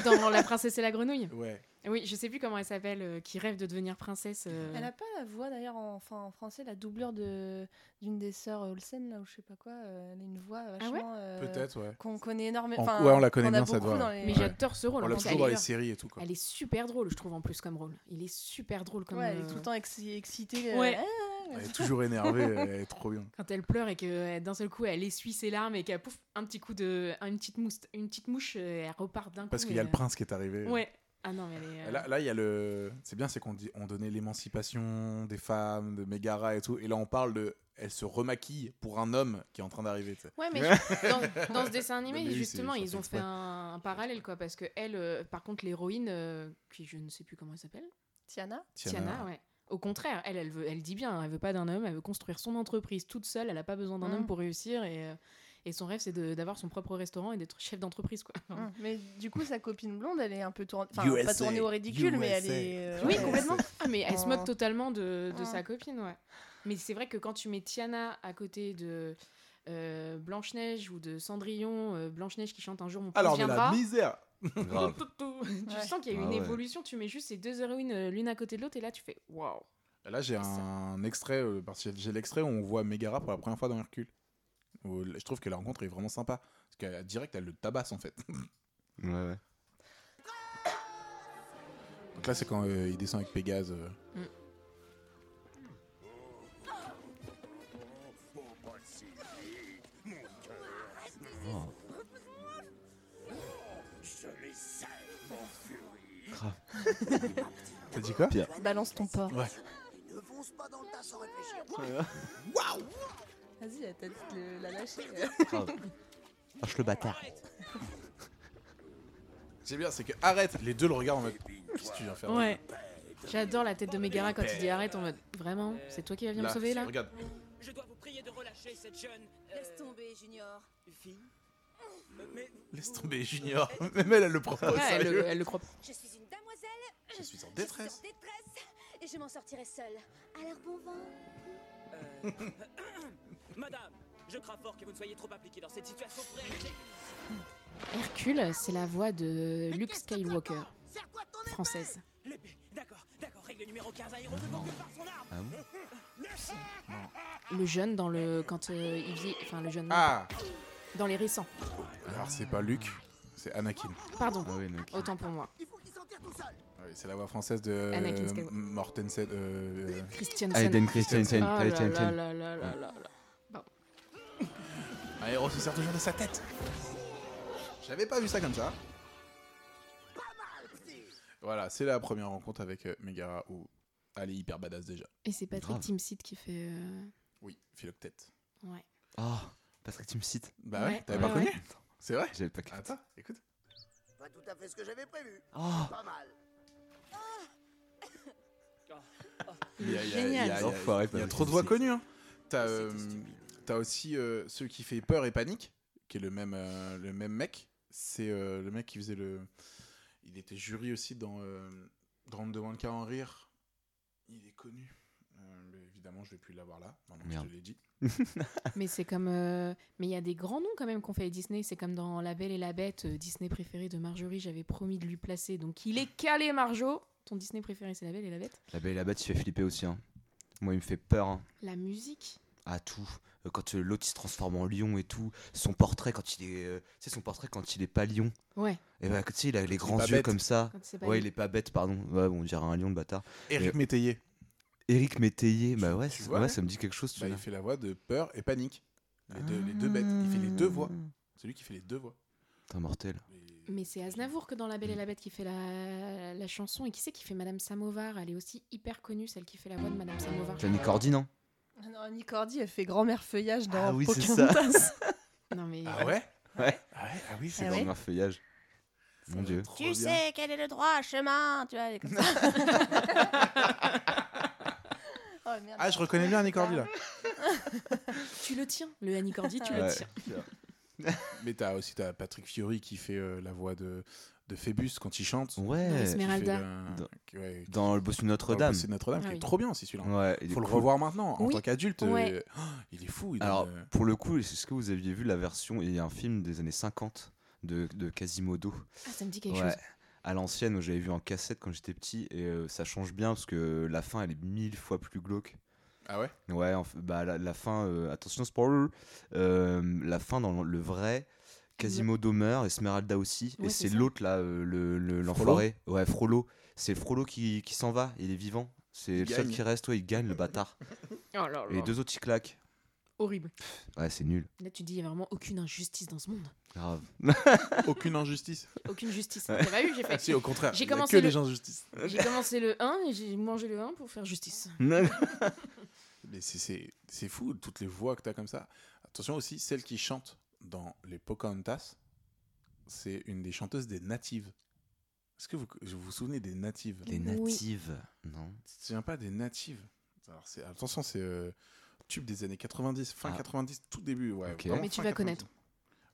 Dans la princesse et la grenouille. Ouais. Oui, je sais plus comment elle s'appelle, euh, qui rêve de devenir princesse. euh, Elle a pas la voix d'ailleurs en, enfin, en français, la doublure de d'une des sœurs Olsen là ou je sais pas quoi. euh, Elle a une voix vachement euh, Peut-être ouais. qu'on connaît En- énormément. enfin, ouais, on la connaît qu'on a bien, cette beaucoup voix, dans ouais. les- Mais Ouais. j'adore ce rôle. On en l'a fait, toujours elle dans est les grave. séries et tout quoi. Elle est super drôle, je trouve, en plus, comme rôle. Il est super drôle comme. Ouais, elle est euh, tout le temps exci- excitée. Ouais. euh, Elle est toujours énervée, elle est trop bien. Quand elle pleure et que euh, d'un seul coup, elle essuie ses larmes et qu'elle pouf, un petit coup de. une petite, mouste, une petite mouche, euh, elle repart d'un coup. Parce qu'il mais, y a le euh, prince qui est arrivé. Ouais. Ah non, mais elle est. euh, Là, là, il y a le. C'est bien, c'est qu'on dit- on donnait l'émancipation des femmes, de Megara et tout. Et là, on parle de. Elle se remaquille pour un homme qui est en train d'arriver. tu sais. Ouais, mais je- dans, dans ce dessin animé, Mais oui, justement, c'est- ça ils fait ont exprès. fait un, un parallèle, quoi. Parce que elle, euh, par contre, l'héroïne, euh, qui je ne sais plus comment elle s'appelle, Tiana. Tiana. Tiana, ouais. Au contraire, elle, elle, veut, elle dit bien, elle veut pas d'un homme, elle veut construire son entreprise toute seule, elle a pas besoin d'un Mm. homme pour réussir et, euh, et son rêve c'est de- d'avoir son propre restaurant et d'être chef d'entreprise quoi. Hum. Mais du coup, sa copine blonde, elle est un peu tournée. Enfin, USA, pas tournée au ridicule, mais elle USA. est. euh, Oui, ouais. complètement. Ah, mais elle se moque Oh. totalement de, de Oh. sa copine, ouais. Mais c'est vrai que quand tu mets Tiana à côté de euh, Blanche-Neige ou de Cendrillon, euh, Blanche-Neige qui chante un jour mon prince Alors, mais viendra. la misère Grave. Tout, tout, tout. tu Ouais. sens qu'il y a eu Ah une ouais. évolution, tu mets juste ces deux héroïnes euh, l'une à côté de l'autre et là tu fais waouh. Là, j'ai C'est ça. un extrait, euh, parce que j'ai j'ai l'extrait où on voit Megara pour la première fois dans Hercule. Où l- je trouve que la rencontre est vraiment sympa. Parce qu'elle direct, elle le tabasse en fait. Ouais, ouais. Donc là, c'est quand euh, il descend avec Pégase. euh. Grave. T'as dit quoi Balance ton porc. Ouais. Ne fonce pas dans le tas sans réfléchir. Vas-y, t'as dit de le- la lâcher. Grave. Lâche le bâtard. C'est bien, c'est que arrête Les deux le regardent en mode. Qu'est-ce que tu viens faire là Ouais. J'adore la tête de Megara quand il dit arrête, on va vraiment, c'est toi qui vas venir me sauver là Regarde, Je dois vous prier de relâcher cette jeune. euh, Laisse tomber, Junior. Fille Mais Laisse tomber Junior. Même elle, elle le prend pas au Ouais, elle, Oh, sérieux. le- elle le croit pas. Je suis une damoiselle, Je suis en je suis détresse. en détresse, et je m'en sortirai seule. Alors bon vent. euh, Madame, je crains fort que vous ne soyez trop appliquée dans cette situation préalable. Hercule, c'est la voix de Luke Skywalker, Serre-toi ton épée française. L'épée, d'accord, d'accord, règle numéro 15, un héros ne porte que par son arme. Ah bon Le jeune dans le quand euh, il vit, enfin le jeune non, Ah dans les récents. Alors, c'est pas Luc, c'est Anakin. Pardon, Ah ouais, mec. autant pour moi. Il faut qu'il s'en tire tout seul Ah oui, c'est la voix française de Anakin Skywalker. euh, Mortensen. euh, euh, Christian. Aiden Oh Christensen. là Allez, tiens, là tiens. là là là là là. Un héros se sert toujours de sa tête. J'avais pas vu ça comme ça. Voilà, c'est la première rencontre avec euh, Megara où elle est hyper badass déjà. Et c'est Patrick Grave. Timsit qui fait. euh, Oui, Philoctète. Ouais. Ah, Patrick, tu me cites. Bah ouais, Ouais. t'avais pas Ah Ouais, connu C'est vrai J'avais pas capté. Attends, écoute. Pas tout à fait ce que j'avais prévu. Ah, Pas mal. Il y a- il y a- Génial. il y a- il y a- Les enfoirés, Il y a Patrick trop de voix Timsit. connues. hein. T'as C'était euh, stupide. t'as aussi euh, celui qui fait peur et panique, qui est le même, euh, le même mec. C'est euh, le mec qui faisait le. Il était jury aussi dans euh, Grande demande qu'à en rire. Il est connu. Euh, mais évidemment, je vais plus l'avoir là. Maintenant, que je Merde. te l'ai dit. Mais c'est comme. euh, Mais il y a des grands noms quand même qu'on fait avec Disney. C'est comme dans La Belle et la Bête, euh, Disney préféré de Marjorie. J'avais promis de lui placer. Donc il est calé, Marjo. Ton Disney préféré, c'est La Belle et la Bête. La belle et la bête, il fait flipper aussi. Hein. Moi, il me fait peur. hein. La musique. à tout. Euh, Quand euh, l'autre il se transforme en lion et tout, son portrait quand il est, euh, tu sais son portrait quand il est pas lion. Ouais. Et bah tu sais il a les grands pas yeux bête. comme ça. Quand c'est pas Ouais lui. il est pas bête pardon. Ouais bon, on dirait un lion de bâtard. Eric Métayer. Eric Métayer, bah ouais, tu c'est- vois, ouais, ouais. ça me dit quelque chose. Tu Bah, il vois. fait la voix de peur et panique. Les deux, les deux bêtes. Il fait les Ah. deux voix. C'est lui qui fait les deux voix. T'es mortel. Mais- Mais c'est Aznavour que dans La Belle et la Bête qui fait la, la chanson. Et qui c'est qui fait Madame Samovar Elle est aussi hyper connue, celle qui fait la voix de Madame Samovar. T'as hein, Nicordi non Ah Non, Nicordi, elle fait grand-mère feuillage dans Ah oui, c'est ça. Pocahontas. Non mais. Ah ouais Ouais. Ah ouais Ah oui, c'est C'est ouais dans un feuillage. Mon dieu. trop bien. quel est le droit chemin, tu vois, elle est comme ça. oh merde. Ah, je reconnais bien Nicordi là. Tu le tiens, le Annie Cordy, tu le Ouais. tiens. Mais t'as aussi t'as Patrick Fiori qui fait euh, la voix de, de Phébus quand il chante. Dans Ouais. Qui fait Esmeralda. la- Dans- qui- ouais, qui- Dans le bossu dans Notre-Dame. le Bossu de Notre-Dame, Ah qui oui. est trop bien aussi celui-là. Ouais. il est Faut le cool. revoir maintenant, en Oui. tant qu'adulte. Ouais. euh, oh, il est fou. il Alors, donne, euh, pour le coup, est-ce que vous aviez vu la version Il y a un film des années 50 de, de Quasimodo. Ah, ça me dit quelque Ouais. chose. À l'ancienne, j'avais vu en cassette quand j'étais petit et euh, ça change bien parce que la fin elle est mille fois plus glauque. Ah ouais Ouais, en f- bah la, la fin, euh, attention spoiler, euh, la fin dans le vrai, Quasimodo meurt, Esmeralda aussi, Ouais, et c'est c'est ça. l'autre là, euh, le- le- l'enfoiré, ouais, Frollo, c'est Frollo qui, qui s'en va, il est vivant, Il c'est le seul gagne. qui reste, ouais, il gagne le bâtard, Oh là et les deux autres ils claquent, Horrible. ouais, c'est nul, Là, tu dis, il n'y a vraiment aucune injustice dans ce monde. grave. Aucune injustice. Aucune justice. T'as pas eu, j'ai Ah, fait. si, au contraire. J'ai il y a commencé que le- des injustices. J'ai commencé le 1 et j'ai mangé le 1 pour faire justice. Mais c'est- c'est c'est fou, toutes les voix que t'as comme ça. Attention aussi, celle qui chante dans les Pocahontas, c'est une des chanteuses des natives. Est-ce que vous, vous vous souvenez des natives les natives, non Tu te souviens pas des natives Alors c'est attention, c'est euh, tube des années 90, fin Ah. 90, tout début. Ouais, Ok. vraiment Mais tu fin vas 90. connaître.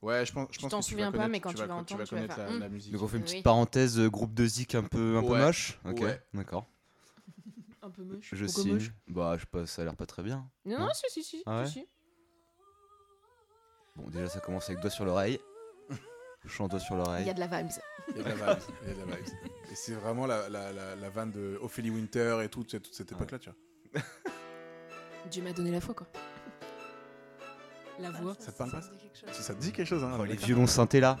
Ouais, je pense. Je Tu pense t'en que tu vas souviens pas, connaître, mais quand tu vas co- entendre, tu vas connaître faire, la, hum. la musique. Donc on fait une Oui. petite parenthèse euh, groupe de zik un peu un Ouais. peu moche, ok, Ouais. d'accord. Un peu moche. Je beaucoup signe. moche. Bah, je sais pas, ça a l'air pas très bien. Non, non, si, si, si. Ah si, si. Bon, déjà, ça commence avec doigt sur l'oreille. Je chante doigt sur Ah Il y l'oreille. a de la vibes. Il y a de la vibe, il y a de la vibe. Et c'est vraiment la, la, la, la vanne de Ophélie Winter et tout, tu sais, toute cette époque-là, tu vois. Dieu m'a donné la foi, quoi. La Ah, voix. Ça te parle pas, me dit quelque chose. Si ça te dit quelque chose, hein. Oh, les d'accord. violons synthés là.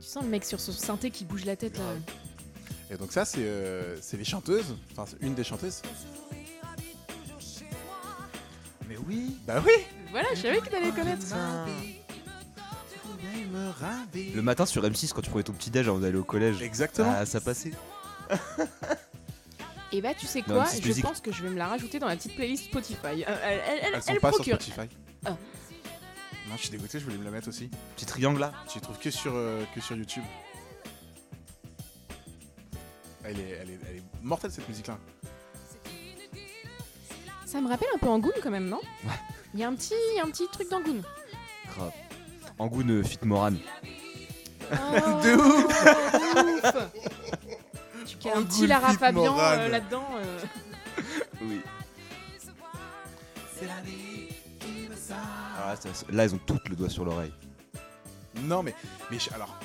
Tu sens le mec sur son synthé qui bouge la tête là. Et donc ça, c'est euh, c'est les chanteuses, enfin c'est une des chanteuses. Mais oui, bah oui. Voilà, je savais que t'allais connaître. Ah. Le matin sur M6, quand tu prenais ton petit déj avant d'aller au collège. Exactement. Ah, ça passait. Et bah, tu sais Non, quoi mais c'est Je musique. pense que je vais me la rajouter dans la petite playlist Spotify. Euh, Elle, elle, elle, Elles sont elle pas procure. sur Spotify. Ah. Non, je suis dégoûté, je voulais me la mettre aussi. Petit triangle là. Je les trouve que sur, euh, que sur YouTube. Elle est, elle est, elle est mortelle cette musique-là. Ça me rappelle un peu Angoon quand même, non Il y a un petit, un petit truc d'Angoon. Crap. Angoune fit Moran. De Ah, ouf Tu cales Oh, un Angoulphite petit Lara Fabian Morane. euh, là-dedans. euh. Oui. Alors là, Ah, ça- là, ils ont toutes le doigt sur l'oreille. Non, mais, mais je- alors,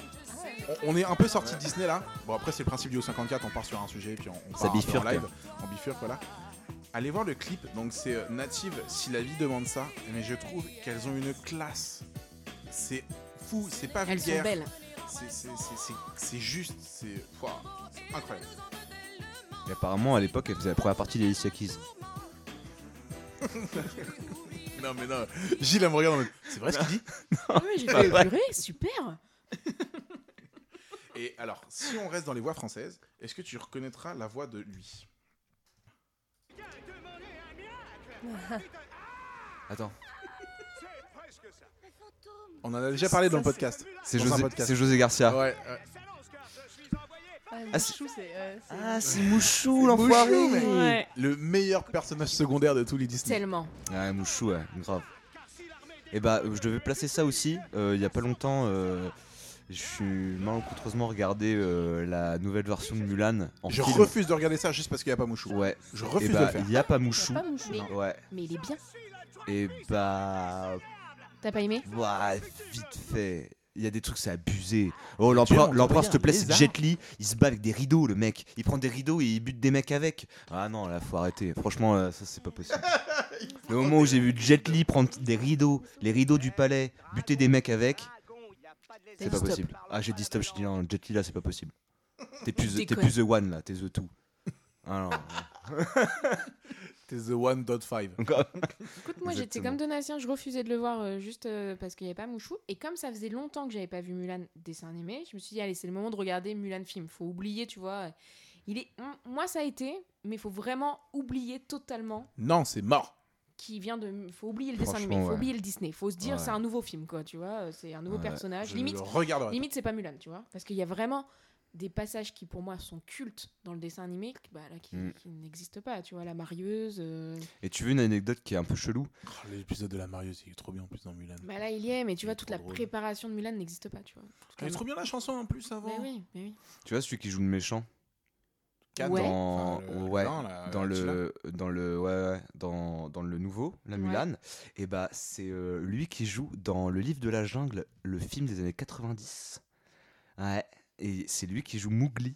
on, on est un peu sorti de Disney là. Bon, après, c'est le principe du O54, on part sur un sujet, puis on, on part Ça un peu bifurque, en live. On bifurque, voilà. Allez voir le clip, donc c'est euh, Native, si la vie demande ça, mais je trouve qu'elles ont une classe. C'est fou, c'est pas Elles sont vulgaire. belles. C'est- c'est- c'est- c'est- C'est juste, c'est Pouah, incroyable. Et apparemment, à l'époque, elle faisait la première partie d'Alicia Keys. Non, mais non, Gilles, elle me regarde en mode, c'est vrai ce qu'il dit Ah oui, bah j'ai fait purée, super. Et alors, si on reste dans les voix françaises, est-ce que tu reconnaîtras la voix de lui Attends, Un fantôme On en a déjà parlé dans le Ça, c'est- podcast. c'est Dans un José, podcast. c'est José Garcia. Ouais, ouais. Ah, c'est- Michou, c'est. euh, c'est- Ah, c'est Mouchou, Mouchou, l'enfoiré mec. Ouais. Le meilleur personnage secondaire de tous les Disney. Tellement. Ouais, Mouchou, ouais, grave. Et bah, je devais placer ça aussi. euh, il y a pas longtemps, euh, je suis malencontreusement regardé euh, la nouvelle version de Mulan en Je film. refuse de regarder ça juste parce qu'il n'y a pas Mouchou. Ouais. Je Et refuse de bah, le faire. il y a pas Mouchou. pas Hein, Mouchou. Mais- Ouais. Mais il est bien. Et bah, T'as pas aimé Ouah, vite fait. Il y a des trucs, c'est abusé. Oh, l'empereur, on te l'empereur, s'il te regarde, plaît, c'est lézard. Jet Li. Il se bat avec des rideaux, le mec. Il prend des rideaux et il bute des mecs avec. Ah non, là, faut arrêter. Franchement, là, ça, c'est pas possible. Le moment où j'ai vu Jet Li prendre des rideaux, les rideaux du palais, buter des mecs avec, c'est dit pas stop. possible. Ah, j'ai dit stop, j'ai dit non, Jet Li, là, c'est pas possible. T'es plus, Tu t'es déconnes. plus The One, là, t'es The Two. Ah non, ouais. T'es The 1.5. Écoute, moi j'étais Exactement. comme Donatien, je refusais de le voir euh, juste euh, parce qu'il n'y avait pas Mouchou. Et comme ça faisait longtemps que j'avais pas vu Mulan dessin animé, je me suis dit, allez, c'est le moment de regarder Mulan film. Faut oublier, tu vois. Il est... m- Moi ça a été, mais faut vraiment oublier totalement Non, c'est mort. qui vient de. Faut oublier le dessin Franchement, animé, faut ouais. oublier le Disney. Faut se dire, Ouais. c'est un nouveau film, quoi, tu vois. euh, C'est un nouveau Ouais, personnage. Je Limite, le regarderai. Limite, c'est pas Mulan, tu vois. Parce qu'il y a vraiment des passages qui, pour moi, sont cultes dans le dessin animé, qui- bah, là, qui, Mm. qui n'existent pas. Tu vois, la marieuse. euh, Et tu veux une anecdote qui est un peu chelou Oh, L'épisode de la Mario, c'est trop bien en plus dans Mulan. Bah, là, il y est, mais Il est tu vois, toute trop la drôle. préparation de Mulan n'existe pas, tu vois. Toute Elle la- est trop bien la chanson en plus avant. Mais oui, mais oui. Tu vois, celui qui joue le méchant Cannes. Ouais. dans, Enfin, le- ouais, non, Ah, la- dans la le dans le ouais, ouais, dans, dans le nouveau la Ouais. Mulan et bah c'est euh, lui qui joue dans le livre de la jungle le film des années 90 ouais et c'est lui qui joue Mowgli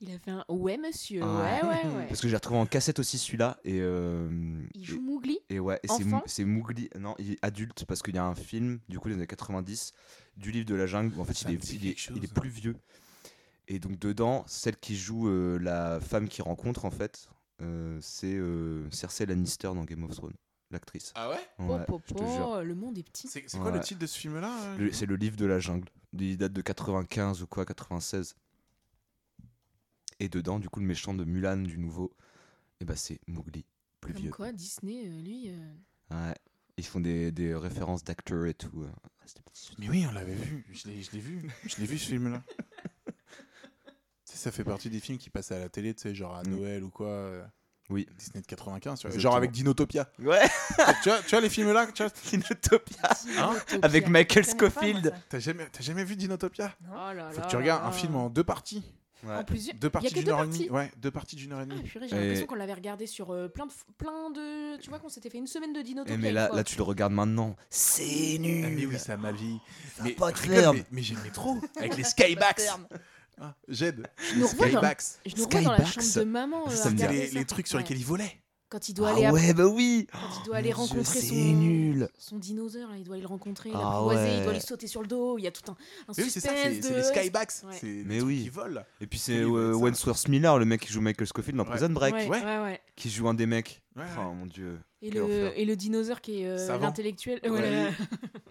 Il a fait un Ouais, monsieur. Ah Ouais. Ouais, ouais, ouais. parce que j'ai retrouvé en cassette aussi celui-là et euh, Il et- joue Mowgli. et ouais, et c'est Mou- Enfant c'est Mowgli, non, il est adulte parce qu'il y a un film du coup des années 90 du livre de la jungle. où En fait, Ça il me est, dit il, est, quelque il est chose. plus vieux. Et donc dedans, celle qui joue euh, la femme qu'il rencontre en fait, euh, c'est euh, Cersei Lannister dans Game of Thrones, l'actrice. Ah ouais Oh, Ouais, po, je te po, jure. le monde est petit. C'est c'est quoi Ouais. le titre de ce film là Le- C'est le livre de la jungle. Il date de 95 ou quoi, 96. Et dedans, du coup, le méchant de Mulan du nouveau, et bah c'est Mowgli, plus Comme vieux. quoi, Disney, euh, lui. euh, Ouais. Ils font des, des références d'acteurs et tout. euh. C'était petit. Mais oui, on l'avait vu. Je l'ai je l'ai vu. Je l'ai vu ce film là. Ça fait partie des films qui passaient à la télé, tu sais, genre à Mm. Noël ou quoi. euh, Oui. Disney de 95, tu vois. Exactement. Genre avec Dinotopia. Ouais, tu, vois, tu vois les films là tu vois, Dinotopia Dinotopia. avec Michael je connais pas, moi, Scofield. ça. T'as jamais, t'as jamais vu Dinotopia Oh là là. Faut que tu regardes là un là. film en deux parties. En plusieurs. Deux Il y a parties que d'une deux heure et demie. parties. Ouais, deux parties d'une heure et Ah, demie. purée, j'ai Et- l'impression qu'on l'avait regardé sur euh, plein, de, f- plein de. Tu vois, qu'on s'était fait une semaine de Dinotopia. Eh, mais une là, fois. là, tu le regardes maintenant. C'est Ah, mais oui, nul. ça ma vie. Ça Mais, a pas de rigole, clair. mais, mais j'aimais trop. Avec les Pas de Skybacks. terme. Ah, J'aide. Je nous revois dans- Skybacks. Je nous revois dans la Skybacks. chambre de maman. Ça, euh, ça me dit C'était regarder les, ça. les trucs sur Ouais. lesquels il volait. Quand il doit aller, Ah à- ouais, bah oui. quand il doit aller Mon Dieu, rencontrer c'est son... nul. son dinosaure, là, il doit aller le rencontrer, il Ah a apprivoisé, il ouais. doit lui sauter sur le dos. Il y a tout un, un Mais suspense oui, c'est ça, c'est de. c'est les Skybacks. Ouais. C'est les Mais trucs oui. qui volent. Et puis c'est Il est bon, euh, ça. Wentworth Miller, le mec qui joue Michael Scofield dans Ouais. Prison Break, Ouais, ouais. ouais, ouais. qui joue un des mecs. Ouais, ouais. Oh mon dieu. Et, Quel enfer. le, et le dinosaure qui est euh, Savant. l'intellectuel. euh, voilà.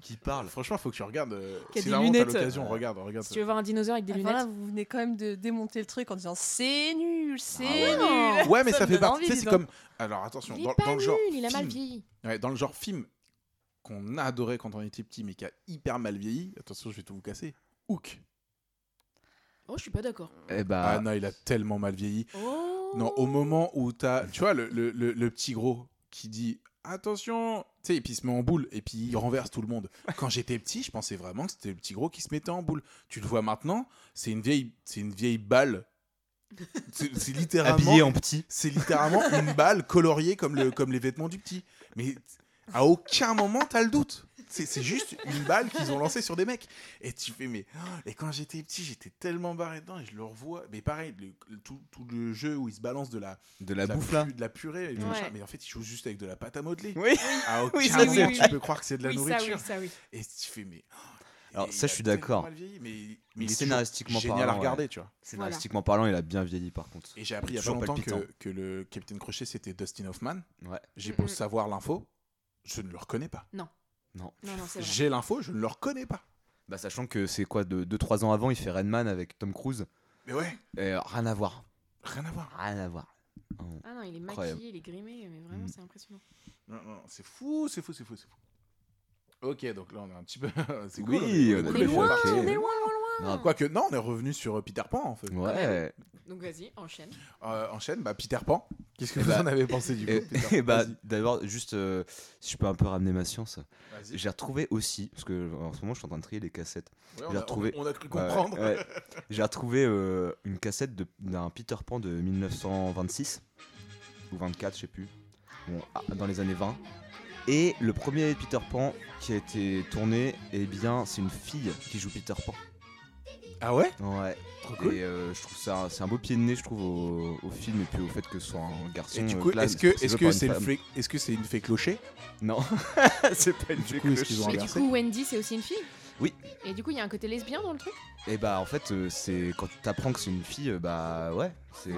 Ouais. Qui parle. Franchement, faut que tu regardes. euh, Qui a si des vraiment t'as lunettes. euh, l'occasion, Ouais. regarde, regarde. Si tu veux voir un dinosaure avec des Ah, voilà, lunettes. vous venez quand même de démonter le truc en disant c'est nul, c'est Ah ouais. nul. Ouais, mais Ça ça, me fait donne partie. envie, Tu sais, dis c'est donc. comme. Alors attention, Il est dans, pas dans le genre. nul, il a mal film- vieilli. Ouais, dans le genre film qu'on a adoré quand on était petit, mais qui a hyper mal vieilli. Attention, je vais tout vous casser. Hook. Oh, je suis pas d'accord. Eh Ah, bah. non, il a tellement mal vieilli. Oh. Non, au moment où t'as. Tu vois, le, le, le, le petit gros qui dit attention Tu sais, et puis il se met en boule, et puis il renverse tout le monde. Quand j'étais petit, je pensais vraiment que c'était le petit gros qui se mettait en boule. Tu le vois maintenant, c'est une vieille, c'est une vieille balle. C'est c'est littéralement Habillé en petit. c'est littéralement une balle coloriée comme, le, comme les vêtements du petit. Mais à aucun moment, t'as le doute. C'est c'est juste une balle qu'ils ont lancée sur des mecs. Et tu fais, mais. oh, Et quand j'étais petit, j'étais tellement barré dedans et je le revois. Mais pareil, le- le- tout, tout le jeu où il se balance de la, De la de la bouffe là. pu- de la purée et tout Ouais. machin. Mais en fait, il joue juste avec de la pâte à modeler. Oui. À aucun Oui, ça, moment, c'est tu vrai. peux croire que c'est de la oui, ça, nourriture. oui, ça, oui. Et tu fais, mais. oh, Alors, et ça, il je a suis tellement d'accord. mal vieilli, mais, mais il est toujours Scénaristiquement génial à parlant, ouais. regarder, tu vois. Scénaristiquement parlant, il a bien vieilli par contre. Et j'ai appris il y a pas Toujours longtemps palpitant. que, que le Capitaine Crochet c'était Dustin Hoffman. Ouais. J'ai Mm, beau mm. savoir l'info, je ne le reconnais pas. Non, non, c'est vrai. J'ai l'info, je ne le reconnais pas. Bah, sachant que c'est quoi, 2-3 ans avant, il fait Redman avec Tom Cruise. Mais ouais, Et, euh, rien à voir. rien à voir. Rien à voir. Ah non, il est Incroyable. maquillé, il est grimé, mais vraiment, Mm. c'est impressionnant. Non, non, c'est fou, c'est fou, c'est fou, c'est fou. Ok, donc là on est un petit peu. c'est Oui, cool, est- on est est cool, loin, on est parti. on est loin, Grave. Quoique, non, on est revenu sur euh, Peter Pan en fait. Ouais. Donc vas-y, enchaîne. Euh, enchaîne, bah Peter Pan. Qu'est-ce que Eh vous bah- en avez pensé du coup Et, Peter et Pan bah, Vas-y, d'abord, juste euh, si je peux un peu ramener ma science, vas-y. j'ai retrouvé aussi, parce que en ce moment je suis en train de trier les cassettes, Ouais, on, j'ai a, retrouvé- on a cru Ouais, comprendre. ouais. j'ai retrouvé euh, une cassette de- d'un Peter Pan de 1926 ou 24, je sais plus, Bon, ah, dans les années 20. Et le premier Peter Pan qui a été tourné, eh bien, c'est une fille qui joue Peter Pan. Ah ouais Ouais. Trop cool. Et euh, je trouve ça, c'est un beau pied de nez, je trouve, au, au film et puis au fait que ce soit un garçon. Et du euh, coup, que là, est-ce que joué est-ce par que une c'est le femme. flic- est-ce que c'est une fée clocher Non, c'est pas une Du fée coup, est-ce qu'ils ont un clochée. Mais du Renversé. coup, Wendy, c'est aussi une fille Oui. Et du coup, il y a un côté lesbien dans le truc Et bah en fait euh, c'est quand tu t'apprends que c'est une fille euh, bah ouais, c'est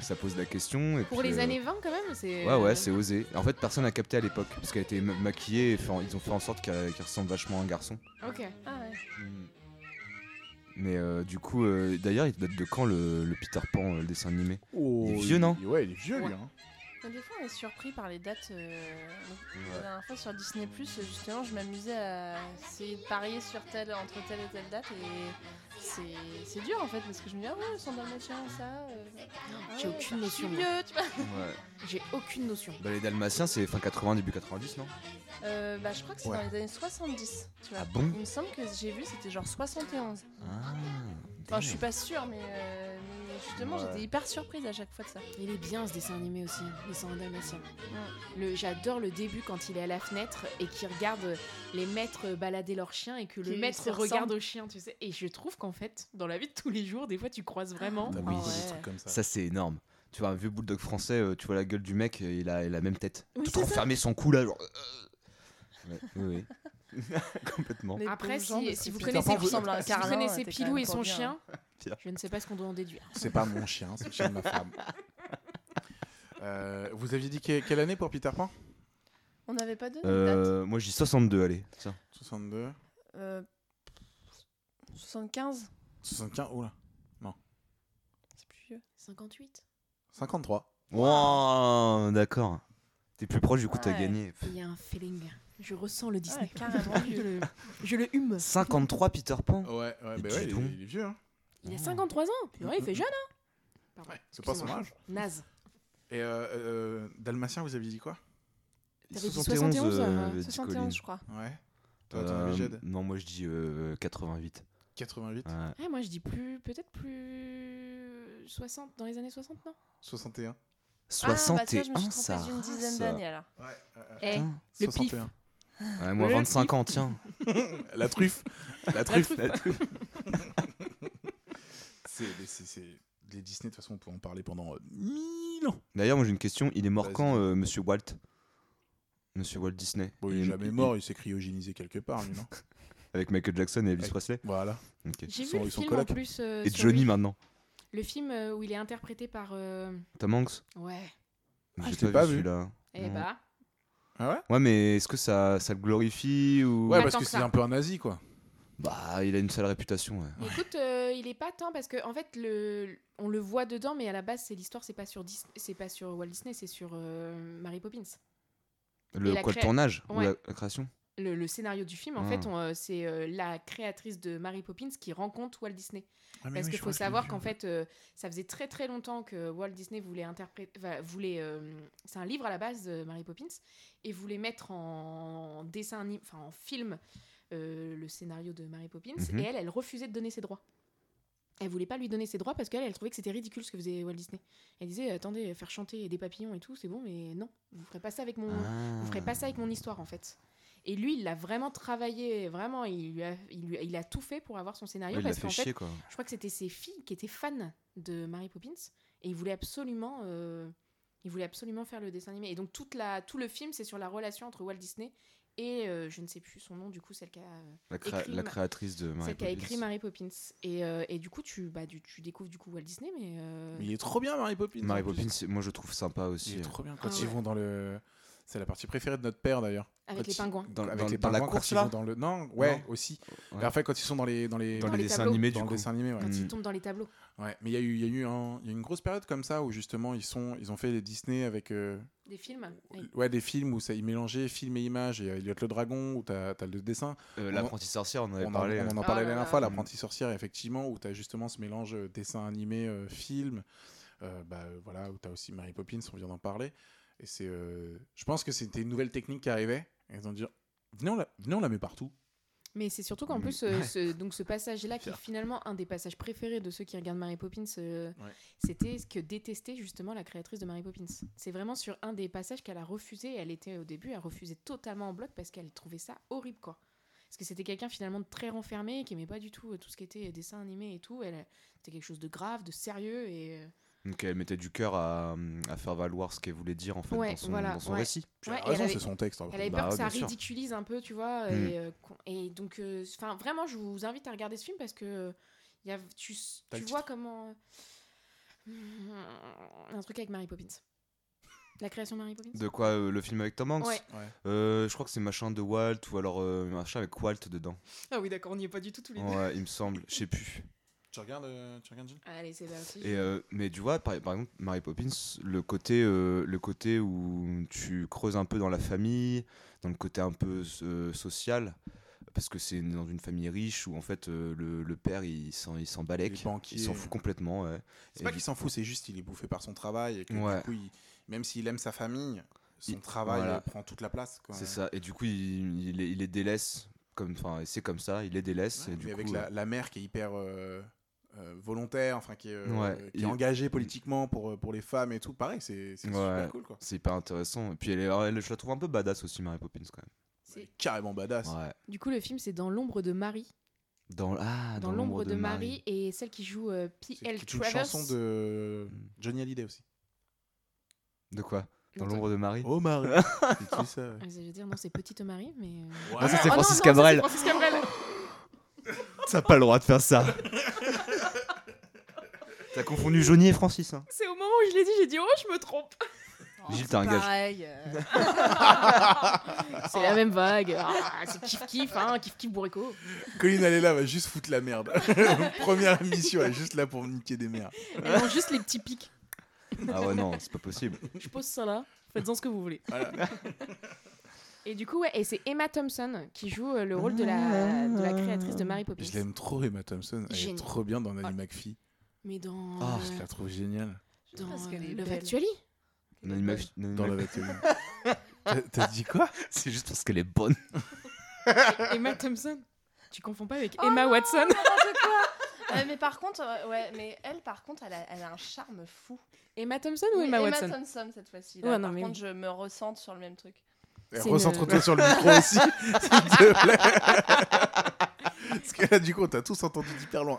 ça pose la question et Pour puis, les euh, années euh, 20, quand même c'est... Ouais ouais c'est osé. En fait personne n'a capté à l'époque parce qu'elle était ma- maquillée et fait en- ils ont fait en sorte qu'elle qu'elle ressemble vachement à un garçon. Ok. Ah ouais. Mais euh, du coup euh, d'ailleurs il date de quand le, le Peter Pan euh, le dessin animé Oh, Il est vieux, non Ouais, il est vieux lui. Ouais. hein. Mais des fois, on est surpris par les dates. euh, La dernière fois sur Disney, justement, je m'amusais à essayer de parier sur telle, entre telle et telle date. Et c'est- c'est dur en fait, parce que je me dis, ah ouais, son dalmatien, ça. euh, ah J'ai ouais, aucune ça, je suis notion, moi. vieux, tu vois. J'ai aucune notion. Bah les Dalmatiens c'est fin 80 début 90 non Euh, bah, je crois que c'est Ouais. dans les années 70, tu vois. Ah bon Il me semble que j'ai vu, c'était genre 71. Ah Enfin, je suis pas sûre, mais, euh, mais justement, Ouais. j'étais hyper surprise à chaque fois de ça. Il est bien ce dessin animé aussi, les 100 Dalmatiens. Mm. Le, j'adore le début quand il est à la fenêtre et qu'il regarde les maîtres balader leurs chiens et que le Qui maître se regarde ressemblent. aux chiens, tu sais. Et je trouve qu'en fait, dans la vie de tous les jours, des fois, tu croises vraiment. T'as Ah beaucoup ouais. de trucs comme ça. Ça, c'est énorme. Tu vois, un vieux bulldog français, euh, tu vois la gueule du mec, euh, il a il a la même tête. Oui, Tout c'est ça. renfermé sans cou là, genre. euh, euh. Ouais, oui, oui. Complètement. Les Après, pauvres gens, si, parce si que vous Peter connaissez, Pan ressemble à si un vous carlin, connaissez t'es quand Pilou même et pas son bien. chien, Bien. je ne sais pas ce qu'on doit en déduire. C'est pas mon chien, hein, c'est le chien de ma femme. Euh, vous aviez dit que- quelle année pour Peter Pan On n'avait pas donné de date Euh, moi, je dis 62, allez. Tiens. 62 Euh, 75 75 Oula C'est plus vieux. 58 53 Wow, d'accord. T'es plus proche, du coup, t'as Ouais. gagné. Il y a un feeling. Je ressens le Disney. carrément. Ah, bah, je, le, je le hume. 53 Peter Pan. Ouais, ouais, bah dis ouais, il, donc. est, il est vieux. Hein. Ah. Il a 53 ans. Mmh, Purée, il fait jeune, hein Pardon. Ouais, c'est pas son Excuse-moi. âge. Naze. Et euh, euh, Dalmatien, vous aviez dit quoi T'avais dit 71, euh, euh, avait dit 71, hein, je crois. Ah. Ouais. Toi, Colline. t'en avais Euh, Jade non, moi, je dis euh, 88. 88 Ouais. Ah, bah, Ouais, moi, je dis plus. Peut-être plus. 60, dans les années 60, non 61 ah, bah, tu 61, vois, je me suis ça. trompée d'une dizaine rase. d'années Eh. alors. Ouais. Eh, Putain. le pif. 61. Ouais, moi, Le 25 ans, tiens. La truffe La truffe truffe. La truffe. C'est c'est- c'est- les Disney, de toute façon, on peut en parler pendant euh, mille ans. D'ailleurs, moi j'ai une question. Il est mort Vas-y. quand, euh, monsieur Walt Monsieur Walt Disney Bon, il est jamais mort, il s'est cryogénisé quelque part, lui, non Avec Michael Jackson et Elvis Ouais. Presley Voilà. Ok. J'ai Ils vu sont- le ils sont film en colocs. plus. euh, Et sur Johnny lui. maintenant Le film euh, où il est interprété par. euh, Tom Hanks Ouais. Ah, je l'ai pas vu. celui-là. Eh Non. bah. Ah ouais Ouais, mais est-ce que ça, ça le glorifie ou... Ouais, bah. Pas parce tant que que c'est ça. un peu un nazi, quoi. Bah, il a une sale réputation, ouais. Écoute, euh, il est pas tant parce que en fait le on le voit dedans, mais à la base c'est l'histoire, c'est pas sur Dis- c'est pas sur Walt Disney, c'est sur euh, Mary Poppins. Le la quoi, le cré- tournage Ou Ouais. la, la création le, le scénario du film, en Ah. fait, on, euh, c'est euh, la créatrice de Mary Poppins qui rencontre Walt Disney. Ah, Parce qu'il faut savoir qu'en fait, euh, ça faisait très très longtemps que Walt Disney voulait interpréter, enfin, voulait, euh, c'est un livre à la base de Mary Poppins et voulait mettre en dessin, anim- enfin en film, euh, le scénario de Mary Poppins. Mhm. Et elle, elle refusait de donner ses droits. Elle voulait pas lui donner ses droits parce qu'elle, elle trouvait que c'était ridicule ce que faisait Walt Disney. Elle disait, euh, attendez, faire chanter des papillons et tout, c'est bon, mais non, vous ferez pas ça avec mon, Ah. vous ferez pas ça avec mon histoire en fait. Et lui, il l'a vraiment travaillé, vraiment, il, lui a, il, lui a- il a tout fait pour avoir son scénario il l'a parce fait qu'en fait, chier, quoi. je crois que c'était ses filles qui étaient fans de Mary Poppins et ils voulaient absolument, euh, ils voulaient absolument faire le dessin animé. Et donc toute la, tout le film, c'est sur la relation entre Walt Disney et euh, je ne sais plus son nom du coup, celle qui a, La, créa- écrit la Ma- créatrice de Mary celle qui a écrit Poppins. Mary Poppins. Et, euh, et du coup, tu, bah, du- tu découvres du coup Walt Disney, mais, euh, Mais il est trop bien, Mary Poppins. Mary en plus. Poppins, c'est- moi je trouve sympa Il aussi. hein. est trop bien. Quand Ah ils ouais. vont dans le. C'est la partie préférée de notre père d'ailleurs. avec quand les il- pingouins. Dans, Avec dans- les dans la pingouins, quand course ils là vont dans le. Non, ouais, Non. aussi. Ouais. Et après, quand ils sont dans les. Dans les, Dans, les les dessins tableaux. animés dans du le coup. dessin animé, ouais. Quand ils Mm. tombent dans les tableaux. Ouais, mais il y a eu, il y a eu un- il y a eu une grosse période comme ça où justement ils sont, ils ont fait des Disney avec, euh, Des films oui. ouais, des films où ça, ils mélangeaient films et images. Et euh, Elliot le dragon où t'as, t'as le dessin. Euh, L'apprenti sorcière, on en avait On en, parlé. on euh, en a Ah parlé la là dernière là. fois, l'apprenti sorcière effectivement où t'as justement ce mélange euh, dessin animé euh, film. Euh, bah euh, voilà où t'as aussi Mary Poppins, on vient d'en parler. Et c'est, euh, je pense que c'était une nouvelle technique qui arrivait. Et ils ont dit, venez on la, venez on la met partout. Mais c'est surtout qu'en Mm. plus, euh, ce, donc ce passage-là, qui est Fier. finalement un des passages préférés de ceux qui regardent Mary Poppins, euh, Ouais. c'était ce que détestait justement la créatrice de Mary Poppins. C'est vraiment sur un des passages qu'elle a refusé. Elle était au début, elle refusait totalement en bloc parce qu'elle trouvait ça horrible, quoi. Parce que c'était quelqu'un finalement de très renfermé, qui aimait pas du tout euh, tout ce qui était dessin animé et tout. Elle, c'était quelque chose de grave, de sérieux et. euh, Donc elle mettait du cœur à, à faire valoir ce qu'elle voulait dire en fait Ouais, dans son, voilà, dans son ouais. récit. Puis Ouais, elle a et raison, elle avait- c'est son texte. hein, après. Elle avait Bah peur que ouais, ça bien sûr. ridiculise un peu, tu vois. Mm. Et, euh, qu'on- et donc, euh, enfin, vraiment, je vous invite à regarder ce film parce que euh, y a, tu, s- T'as tu le vois comment. euh, Un truc avec Mary Poppins. La création de Mary Poppins De quoi euh, le film avec Tom Hanks Ouais. Ouais. Euh, Je crois que c'est machin de Walt ou alors euh, machin avec Walt dedans. Ah oui, d'accord, on n'y est pas du tout tous les deux. Ouais, il me semble, je sais plus. Tu regardes, euh, tu regardes Gilles Allez, c'est parti. Et euh, mais tu vois, par, par exemple, Mary Poppins, le côté, euh, le côté où tu creuses un peu dans la famille, dans le côté un peu euh, social, parce que c'est dans une famille riche où en fait euh, le, le père il s'en il s'en Il balèque, est banquier. il s'en fout complètement. ouais. C'est Et pas du- qu'il s'en fout, c'est juste qu'il est bouffé par son travail et que Ouais. du coup, il- même s'il aime sa famille, son Il- travail voilà. euh, prend toute la place. quoi. C'est ça. Et du coup, il, il, les- il les délaisse. Comme, enfin, et c'est comme ça, il les délaisse. Ouais, et puis du avec coup, la, la mère qui est hyper euh, euh, volontaire, enfin qui est, euh, Ouais, qui est il- engagée politiquement pour, euh, pour les femmes et tout, pareil, c'est c'est Ouais. super cool quoi. c'est hyper intéressant. Et puis, elle, est- alors, elle- je la trouve un peu badass aussi, Mary Poppins, quand C'est- Carrément badass. même. Ouais. Du coup, le film, c'est Dans l'ombre de Marie. Dans, ah, dans l'ombre de Marie. Et celle qui joue euh, C'est P.L. c'est une Travers. chanson de Johnny Hallyday aussi. De quoi Dans Non, l'ombre de Marie Oh Marie C'est ça. ouais. Ah, Je veux dire, non, c'est Petite Marie, mais. euh, Ah, ça, c'est non, Francis non, ça, Cabrel. c'est Francis Cabrel. T'as pas le droit de faire ça. T'as confondu Johnny et Francis. Hein. C'est au moment où je l'ai dit, j'ai dit, oh, je me trompe. Oh, Gilles, t'as un gage. Pareil. euh, C'est la même vague. Ah, c'est kiff kiff, hein, kiff kiff bourrico. Colin, elle est là, va juste foutre la merde. Première émission, elle est juste là pour niquer des mères. Elles ont juste les petits pics. Ah ouais, non, c'est pas possible. Je pose ça là. Faites-en ce que vous voulez. Et du coup, ouais, et c'est Emma Thompson qui joue euh, le rôle de la, de la créatrice de Mary Je Poppins. l'aime trop, Emma Thompson. Elle est Génie. trop bien dans Nanny Ah. McPhee. Mais dans, Ah, Je euh, la trouve géniale. dans Parce qu'elle est le belle. Actually. Nanny Mc- Nanny Dans Mc- la Vactuelle. T'as- T'as dit quoi C'est juste parce qu'elle est bonne. Emma Thompson. Tu confonds pas avec Oh Emma Watson. N'importe quoi. Euh, mais par contre, euh, ouais, mais elle, par contre, elle a, elle a un charme fou. Emma Thompson ou Oui, Emma, Watson Thompson cette fois-ci. là. Ouais, non, par mais contre, oui. je me ressente sur le même truc. Eh, C'est Recentre-toi sur le micro aussi, s'il te plaît. Parce que là, du coup, on t'a tous entendu d'hyper loin.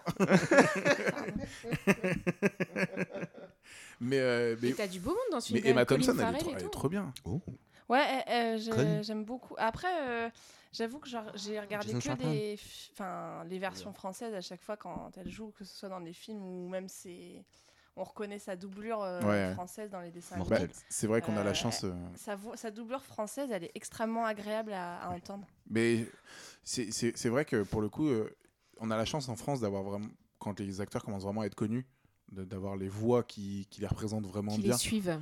mais euh, mais, Mais t'as du beau monde dans ce mais film. quand Emma même, Colin Thompson, elle est, Farrell trop, et elle est tout. trop bien. Ouais, euh, euh, j'ai- Conne. j'aime beaucoup. Après, euh, j'avoue que genre, j'ai regardé Jason que Statham. des, f- enfin, les versions françaises à chaque fois quand elle joue, que ce soit dans les films ou même c'est, on reconnaît sa doublure euh, Ouais. française dans les dessins Bah, animés. Mortel. c'est vrai qu'on a la Euh, chance. euh, Sa, voix- sa doublure française, elle est extrêmement agréable à, à entendre. Mais c'est- c'est c'est vrai que pour le coup, euh, on a la chance en France d'avoir vraiment. Quand les acteurs commencent vraiment à être connus, de- d'avoir les voix qui, qui les représentent vraiment Qui les bien. suivent.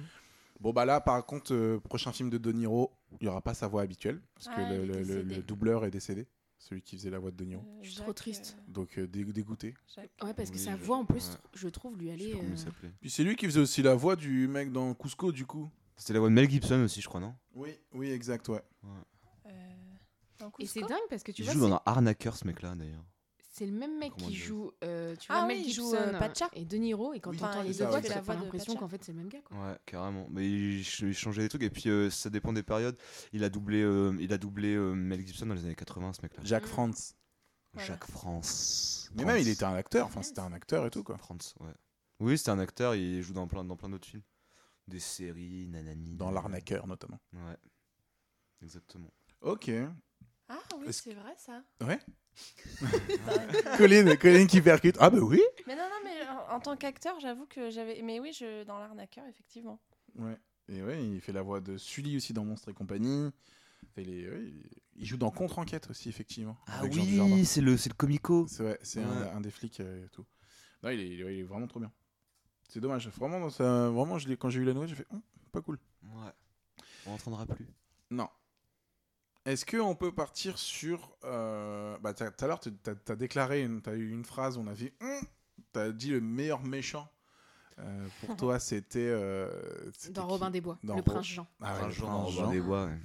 Bon, bah là, par contre, euh, prochain film de De Niro, il n'y aura pas sa voix habituelle, parce Ah, que le, il le- est le- décédé. le doubleur est décédé, celui qui faisait la voix de De Niro. Euh, Je suis Jacques, trop triste. euh, Donc, euh, dé- dégoûté. Jacques. Ouais, parce que Oui, sa je- voix, en plus, ouais. je trouve lui Je sais aller. plus comment euh, il s'appelait. Puis c'est lui qui faisait aussi la voix du mec dans Cusco, du coup. C'était la voix de Mel Gibson aussi, je crois, non Oui, oui, exact, ouais. Euh, dans Et c'est Cusco dingue parce que tu Il vois, joue dans un arnaqueur, ce mec-là, d'ailleurs. c'est- c'est le même mec Comment qui dire joue, euh, tu Ah vois, oui, Mel il Gibson joue, euh, Pacha. et De Niro, et quand Oui, tu entends c'est les ça, deux voix, ouais. tu Il fait as la voix de l'impression Pacha. qu'en fait c'est le même gars. Quoi. Ouais, carrément. Mais il, ch- il changeait des trucs. Et puis, euh, ça dépend des périodes. Il a doublé, euh, il a doublé euh, Mel Gibson dans les années 80, ce mec-là. Jack Mm. Franz. Voilà. Jacques France. Mais France. même, il était un acteur. Enfin, c'était un acteur et tout, quoi. France, ouais. Oui, c'était un acteur. Il joue dans plein, dans plein d'autres films. Des séries, nanani. Dans nanana. l'arnaqueur, notamment. Ouais. Exactement. Ok. Ah oui, Est-ce c'est vrai ça. Colin, Colin qui percute. Ah, bah oui. Mais non, non, mais en, en tant qu'acteur, j'avoue que j'avais. Mais oui, je dans l'arnaqueur, effectivement. Ouais. Et ouais, il fait la voix de Sully aussi dans Monstres et compagnie. Enfin, il, est- ouais, il- il joue dans Contre-enquête aussi, effectivement. avec Jean Dujardin. Ah c'est le, c'est le comico. C'est vrai, c'est Ouais. un, un des flics euh, et tout. Non, il est, il est- il est vraiment trop bien. C'est dommage. Vraiment, dans sa- vraiment je l'ai- quand j'ai eu la nouvelle, j'ai fait Hum, pas cool. Ouais. On n'entendra plus. Non. Est-ce qu'on peut partir sur. euh, bah, t'as- tout à l'heure, tu as, déclaré, une- t'as eu une phrase, on a dit. Hum T'as dit le meilleur méchant. Euh, pour toi, c'était. euh, c'était Dans qui Robin des Bois, Dans le Ro- prince Jean. Ah ouais, Un le jour, prince dans Jean. Jean des Bois. ouais.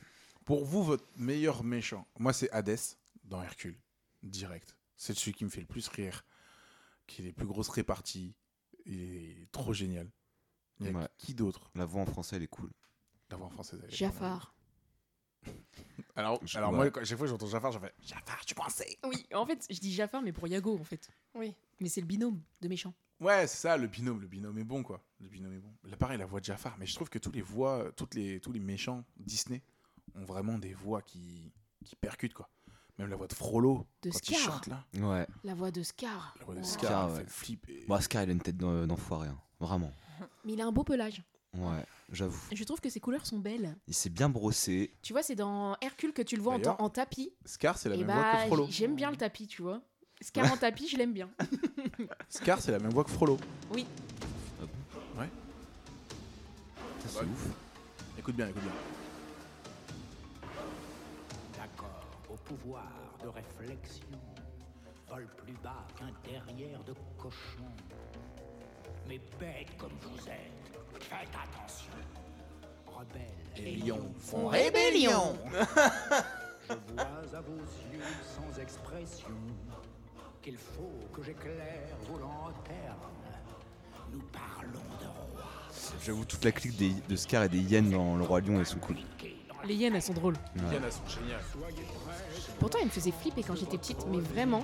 Pour vous, votre meilleur méchant Moi, c'est Hadès dans Hercule, direct. C'est celui qui me fait le plus rire, qui a les plus grosses réparties. Il est trop génial. Il y a Ouais. qui d'autre La voix en français, elle est cool. La voix française. elle est Jafar. pas mal. Alors, Je- alors ouais. moi, quand- chaque fois que j'entends Jafar, j'en fais Jafar, tu pensais Oui, en fait, je dis Jafar, mais pour Yago, en fait. Oui. Mais c'est le binôme de méchants. Ouais, c'est ça, le binôme. Le binôme est bon, quoi. Le binôme est bon. Là, pareil, la voix de Jafar. Mais je trouve que tous les voix, toutes les, tous les méchants Disney ont vraiment des voix qui, qui percutent, quoi. Même la voix de Frollo, De quand il Scar. chante, là. Ouais. La voix de Scar. La voix de Wow. Scar, Scar, elle ouais. fait flipper. Bon, Scar, il a une tête d'en- d'enfoiré. hein. Vraiment. Mais il a un beau pelage. Ouais, j'avoue. Je trouve que ses couleurs sont belles. Il s'est bien brossé. Tu vois, c'est dans Hercule que tu le vois en, D'ailleurs, en tapis. Scar, c'est la Et même voix que bah, Frollo. j- j'aime bien le tapis, tu vois. Scar en tapis, je l'aime bien. Scar, c'est la même voix que Frollo. Ça, c'est Ouais. ouf. Écoute bien, écoute bien. D'accord, au pouvoir de réflexion. Vole plus bas qu'un derrière de cochon. Mais bête comme vous êtes, faites attention. Rebelle, Les lions font Rébellion Je vois à vos yeux sans expression qu'il faut que j'éclaire vos lanternes. Nous parlons de roi. J'avoue, toute la clique des- de Scar et des hyènes dans Le Roi Lion, elles sont cool. Les hyènes, elles sont drôles. Diana sont géniales. Pourtant, elles me faisaient flipper quand j'étais petite, mais vraiment.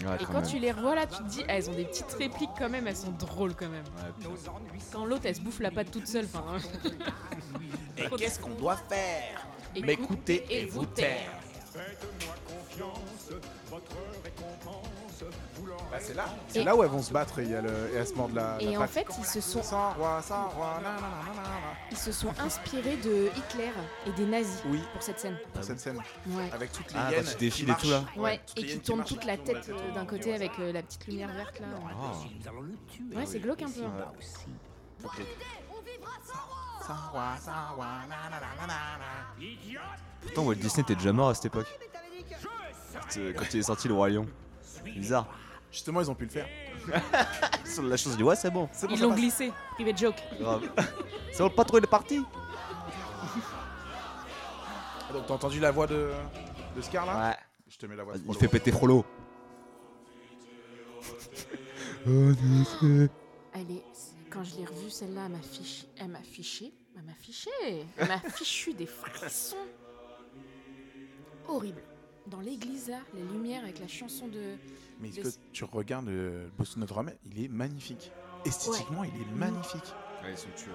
Ouais, Et quand quand même. tu les revois là, tu te dis, ah, elles ont des petites répliques quand même, elles sont drôles quand même. Ouais, putain. Quand l'autre, elle se bouffe la patte toute seule. Enfin, hein. Et qu'est-ce qu'on doit faire M'écoutez et vous taire. Bah, c'est là. Et- C'est là où elles vont se battre et il y a le- et elles se mordent la. Et la en patte. fait, ils se sont, Sans roi, sans roi, nanana. ils se sont inspirés de Hitler et des nazis Oui, Ah pour cette scène. pour cette scène. Ouais. Avec toutes les Ah, hyènes quand tu qui défiles et tout, là. marchent. Ouais, toutes et les qui hyènes tourne marchent. toute la tête euh, d'un côté avec euh, la petite lumière verte là. Ah. Nous allons le tuer. Ouais, c'est glauque un peu. hein. Ouais. Sans roi, sans roi, nanana. Pourtant, Walt Disney était déjà mort à cette époque. Quand, euh, quand il est sorti Le Roi Lion. Bizarre. Justement, ils ont pu le faire. Sur la chose, il dit Ouais, c'est bon. C'est bon, Ils ça l'ont passe. glissé, privé de joke. Grave. C'est bon, le patron, il est parti. Ah, Donc, t'as entendu la voix de, de Scar là Ouais. Je te mets la voix de Il Frollo. fait péter Frollo. Oh, Elle est... Quand je l'ai revue, celle-là, elle m'a fiché. Elle m'a fiché. Elle m'a fiché. Elle m'a fichu des frissons. Horrible. Dans l'église, là, la lumière avec la chanson de. Mais de- que tu regardes le Bossu Notre-Dame, il est magnifique. Esthétiquement, il est magnifique. Ouais, ils sont tués.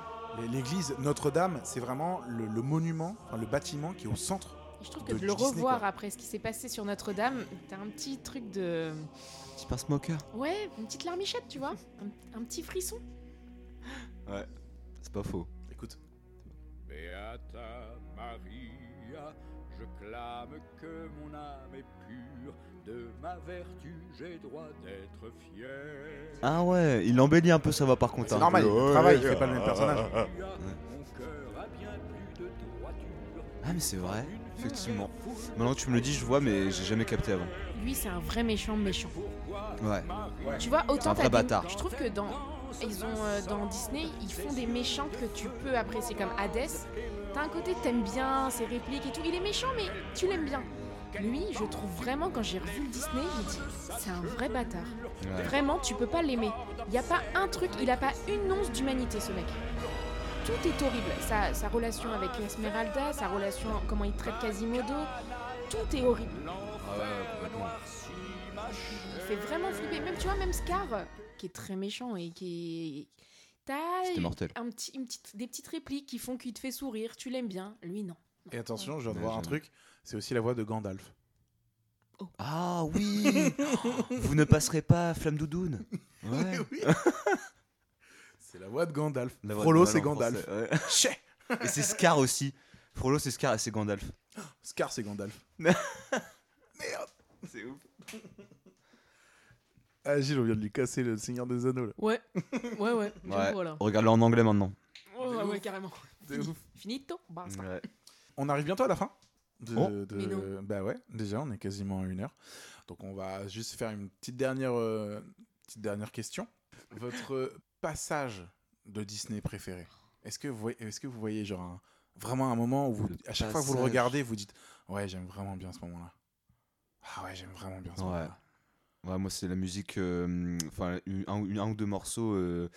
L'église Notre-Dame, c'est vraiment le, le monument, enfin, le bâtiment qui est au centre. Et je trouve que De- de, le du Disney, revoir quoi. après ce qui s'est passé sur Notre-Dame, t'as un petit truc de. Petit pince moqueur. Ouais, une petite larmichette, tu vois. Un, un petit frisson. C'est pas faux. Écoute. Beata Maria, je clame que mon âme est pure De ma vertu, j'ai droit d'être fier. Ah ouais, il embellit un peu ça va par contre. C'est hein. normal, il Ouais. travaille, il fait pas le même personnage. Tu as- Mon cœur a bien plus de droiture. Ah mais c'est vrai, effectivement. Maintenant que tu me le dis, je vois, mais j'ai jamais capté avant. Lui, c'est un vrai méchant méchant. Ouais. Tu vois, C'est un autant vrai t'as des- bâtard. Je trouve que dans ils ont euh, dans Disney, ils font des méchants que tu peux apprécier comme Hades. T'as un côté t'aimes bien ses répliques et tout. Il est méchant mais tu l'aimes bien. Lui, je trouve vraiment quand j'ai revu le Disney, j'ai dit c'est un vrai bâtard. Ouais. Vraiment, tu peux pas l'aimer. Il y a pas un truc, il a pas une once d'humanité ce mec. Tout est horrible. Sa, sa relation avec Esmeralda, sa relation comment il traite Quasimodo, tout est horrible. Ah Il fait vraiment flipper. Même, tu vois, même Scar, qui est très méchant et qui est. T'as C'était mortel. un petit, une petite, des petites répliques qui font qu'il te fait sourire, tu l'aimes bien. Lui, non. Et attention, je viens de Ouais, voir un j'aime. truc, c'est aussi la voix de Gandalf. Ah oui Vous ne passerez pas Flamme Doudoune Ouais. Oui. c'est la voix de Gandalf. La voix de Frollo, Noël c'est en Gandalf. français, Chais ouais. Et c'est Scar aussi. Frollo, c'est Scar et c'est Gandalf. Scar, c'est Gandalf. C'est ouf. Ah, Gilles, on vient de lui casser le Seigneur des Anneaux. Là. Ouais, ouais, ouais. Ouais. Regarde-le en anglais maintenant. Oh, ouais, carrément. C'est ouf. Finito. Ah, basta. Ouais. On arrive bientôt à la fin. De, Oh. de- Mais non. Bah ouais, déjà, on est quasiment à une heure. Donc on va juste faire une petite dernière, euh, petite dernière question. Votre passage de Disney préféré Est-ce que, est que vous voyez genre un- vraiment un moment où vous- Le à chaque fois que vous le passage. regardez, vous dites Ouais, j'aime vraiment bien ce moment-là. Ah ouais, j'aime vraiment bien ce Ouais. moment-là. Ouais, moi, c'est la musique. euh, Enfin, une- un, ou- un ou deux morceaux euh,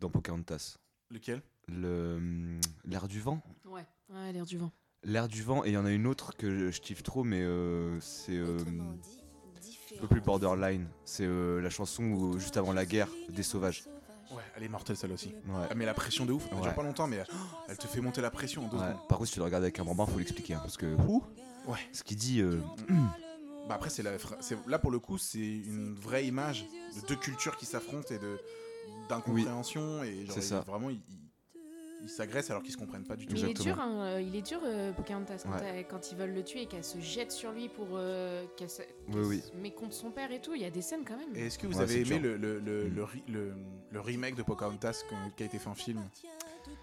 dans Pocahontas. Lequel Le, hum, L'air du vent Ouais, ouais l'air du vent. L'air du vent, et il y en a une autre que je kiffe trop, mais euh, c'est. euh, Autrement dit, un différent. peu plus borderline. C'est euh, la chanson où, juste avant la guerre des sauvages. Ouais, elle est mortelle celle aussi. Ouais. Elle met la pression de ouf, elle Ouais. dure pas longtemps, mais oh, elle te fait monter la pression en deux Ouais. secondes. Par contre, si tu le regardes avec un bambin, faut l'expliquer. hein, parce que. Ouh. Ouais. Ce qu'il dit. euh, Bah après, c'est la fra- c'est- là pour le coup, c'est une vraie image de deux cultures qui s'affrontent et de d'incompréhension et genre c'est ils- ça. vraiment ils ils- ils s'agressent alors qu'ils se comprennent pas du tout. Mais il est Exactement. dur, hein, euh, il est dur euh, Pocahontas, quand, Ouais. elle- quand ils veulent le tuer et qu'elle se jette sur lui pour euh, qu'elle se, qu'elle oui. se met contre son père et tout. Il y a des scènes quand même. Et est-ce que vous Ouais, avez c'est aimé dur. le, le, le, Mm. le ri- le- le remake de Pocahontas que- qui a été fait en film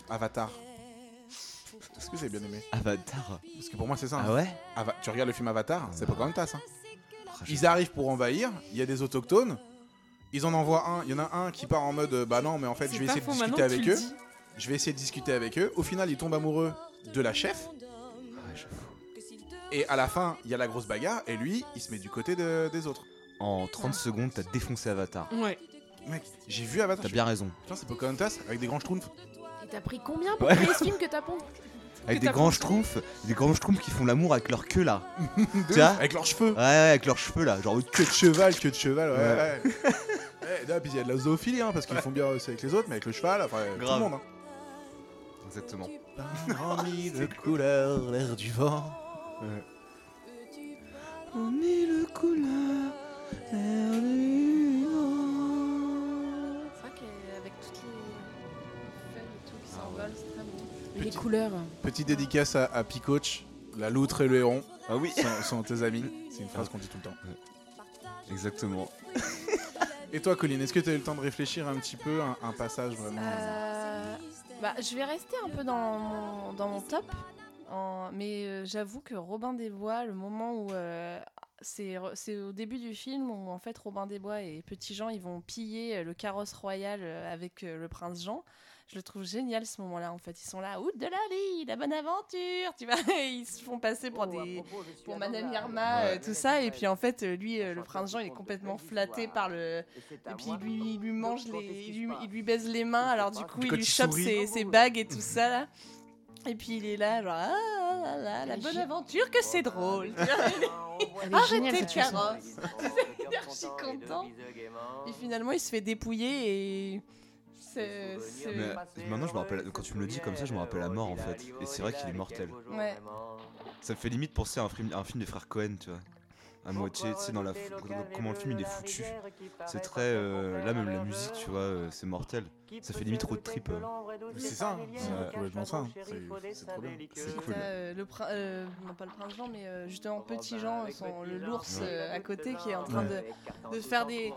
Avatar Est-ce que j'ai bien aimé Avatar. Parce que pour moi c'est ça. hein. Ah ouais Ava- tu regardes le film Avatar, c'est Pocahontas. hein. Ah, j'ai- Ils arrivent pour envahir, il y a des autochtones, ils en envoient un, il y en a un qui part en mode euh, bah non mais en fait je vais essayer de discuter avec eux. Je vais essayer de discuter avec eux. Au final, ils tombent amoureux de la chef. Ouais, je- Et à la fin, il y a la grosse bagarre. Et lui, il se met du côté de- des autres. En 30 secondes, t'as défoncé Avatar. Ouais. Mec, j'ai vu Avatar. T'as bien raison. Putain, c'est Pocahontas avec des grands schtroumpfs. Et t'as pris combien pour Ouais. créer ce film que t'as pon- Avec que des t'as grands pensé schtroumpfs, des grands schtroumpfs qui font l'amour avec leur queue là. De Tiens. ouf, avec leurs cheveux. Ouais, ouais, avec leurs cheveux là. Genre, Queue de cheval, queue de cheval. Ouais, ouais. Eh, non, puis il y a de la zoophilie, hein, parce qu'ils font bien aussi avec les autres, mais avec le cheval, enfin, tout Grave. le monde. hein. exactement. Par mille de couleurs, l'air du vent. On est le couleur, C'est vrai qu'avec toutes les feuilles et tout qui Ah s'envolent, c'est très beau. Les couleurs. hein. Petite dédicace à, à Picoach, la loutre et le héron Ah oui, sont, sont tes amis. C'est une phrase qu'on dit tout le temps. exactement. Et toi, Colline, est-ce que tu as eu le temps de réfléchir un petit peu à un passage vraiment Euh, bah, je vais rester un peu dans mon, dans mon top, en- mais euh, j'avoue que Robin des Bois, le moment où euh, c'est re- c'est au début du film où en fait Robin des Bois et Petit Jean ils vont piller euh, le carrosse royal euh, avec euh, le prince Jean. Je le trouve génial ce moment-là en fait. Ils sont là, out de la vie, la bonne aventure, tu vois. et Ils se font passer pour des pour Madame Irma, euh, tout ça. Et puis en fait, euh, lui, euh, le prince Jean, il est complètement flatté par le, et puis il lui, il lui mange les, il lui, il lui baise les mains. Alors du coup, il Quand lui il chope sourit. ses, ses bagues et tout ça là. Et puis il est là, genre ah, là, là, la Mais bonne j'ai- aventure que c'est drôle. Elle est géniale, Arrêtez cette chanson. de carrosse. Je suis content. Et finalement, il se fait dépouiller et c'est, c'est- Mais maintenant, je me rappelle, quand tu me le dis comme ça, je me rappelle la mort en fait. Et c'est vrai qu'il est mortel. ouais. Ça me fait limite penser à un film, à un film des frères Cohen, tu vois. à moitié, tu sais, dans la f- comment le film il est foutu. C'est très. euh, là, même la musique, tu vois, euh, c'est mortel. Ça fait limite road trip. euh. Mais C'est ça, hein, Ouais. c'est complètement ça. hein. C'est c'est trop bien. C'est Et cool. t'as, euh, le prin- euh, non pas le prince Jean, mais euh, justement Petit Jean, euh, son- le l'ours Ouais. euh, à côté qui est en train Ouais. de, de faire des,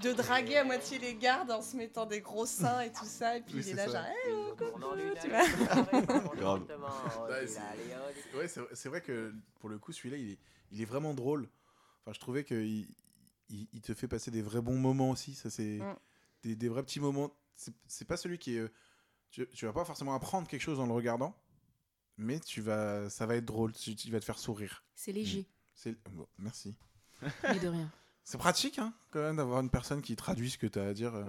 de draguer à moitié les gardes en se mettant des gros seins et tout ça, et puis Oui, il est c'est là ça. genre, Eh, oh, coucou, tu vois. Grave. Bah, c'est- Ouais, c'est c'est vrai que pour le coup, celui-là, il est, il est vraiment drôle. Enfin, je trouvais qu'il il, il te fait passer des vrais bons moments aussi. Ça, c'est Mm. des, des vrais petits moments. C'est- C'est pas celui qui est. euh, Tu, tu vas pas forcément apprendre quelque chose en le regardant, mais tu vas, ça va être drôle. Tu, tu vas te faire sourire. C'est léger, C'est bon, merci. mais de rien. C'est pratique, hein, quand même, d'avoir une personne qui traduit ce que tu as à dire. euh.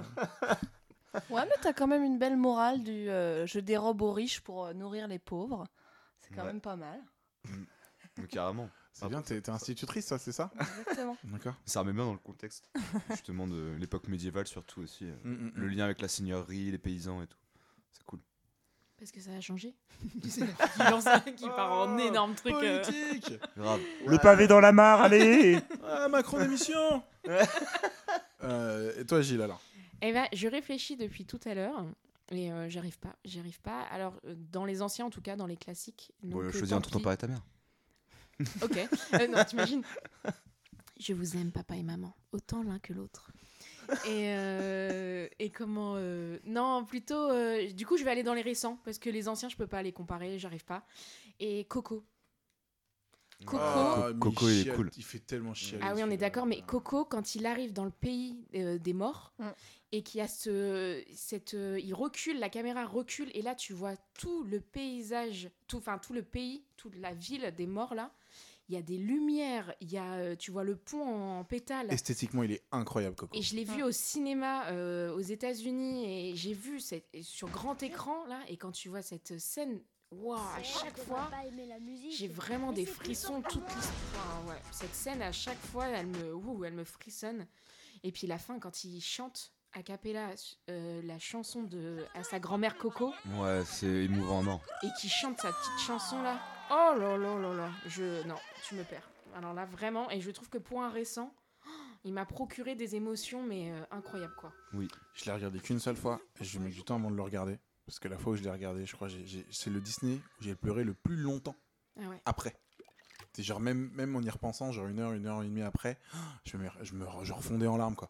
Ouais, mais t'as quand même une belle morale du euh, je dérobe aux riches pour euh, nourrir les pauvres. C'est quand Ouais. même pas mal. Mais carrément. C'est Ah, bien, t'es t'es institutrice, toi, c'est ça Exactement. D'accord. Ça remet bien dans le contexte. Justement, de l'époque médiévale, surtout aussi. euh, Mm, mm, mm. Le lien avec la seigneurie, les paysans et tout. C'est cool. Parce que ça a changé. Tu sais, la fille qui lance un- qui part en énorme truc. euh. Politique Grave. Le pavé dans la mare, allez Ah, Macron d'émission euh, Et toi, Gilles, alors Eh ben, je réfléchis depuis tout à l'heure. Et euh, j'y arrive pas, j'y arrive pas. Alors, euh, dans les anciens, en tout cas, dans les classiques. Bon, donc, euh, choisis tant un tonton pis. pareil à ta mère. Ok. Euh, non, t'imagines. Je vous aime, papa et maman, autant l'un que l'autre. Et, euh, et comment euh, Non, plutôt. euh, du coup, je vais aller dans les récents parce que les anciens, je peux pas les comparer, j'arrive pas. Et Coco. Coco. Ah, mais Coco, il est chiale- cool. Il fait tellement chialer. Ah oui, on est celui-là. d'accord, mais Coco, quand il arrive dans le pays euh, des morts Mm. et qu'il y a ce, cette, euh, il recule, la caméra recule et là tu vois tout le paysage, tout, enfin tout le pays, toute la ville des morts là. Il y a des lumières, il y a, euh, tu vois le pont en, en pétale. Esthétiquement, il est incroyable, Coco. Et je l'ai vu Ouais. au cinéma euh, aux États-Unis et j'ai vu cette, et sur grand écran là et quand tu vois cette scène, waouh, à chaque fois. J'ai vraiment des frissons toute l'histoire. ouais. Cette scène, à chaque fois, elle me, ouh, elle me frissonne. Et puis la fin, quand il chante a cappella euh, la chanson de à sa grand-mère Coco Ouais, c'est émouvant à mort. et qui chante sa petite chanson là. Oh là là là là, je non, tu me perds. Alors là vraiment, et je trouve que pour un récent, oh, il m'a procuré des émotions mais euh, incroyables quoi. Je l'ai regardé qu'une seule fois et je mets du temps avant de le regarder. Parce que la fois où je l'ai regardé, je crois que j'ai- j'ai- c'est le Disney où j'ai pleuré le plus longtemps Ah ouais. après. C'est genre, même, même en y repensant, genre une heure, une heure et demie après, je me, je me je refondais en larmes, quoi.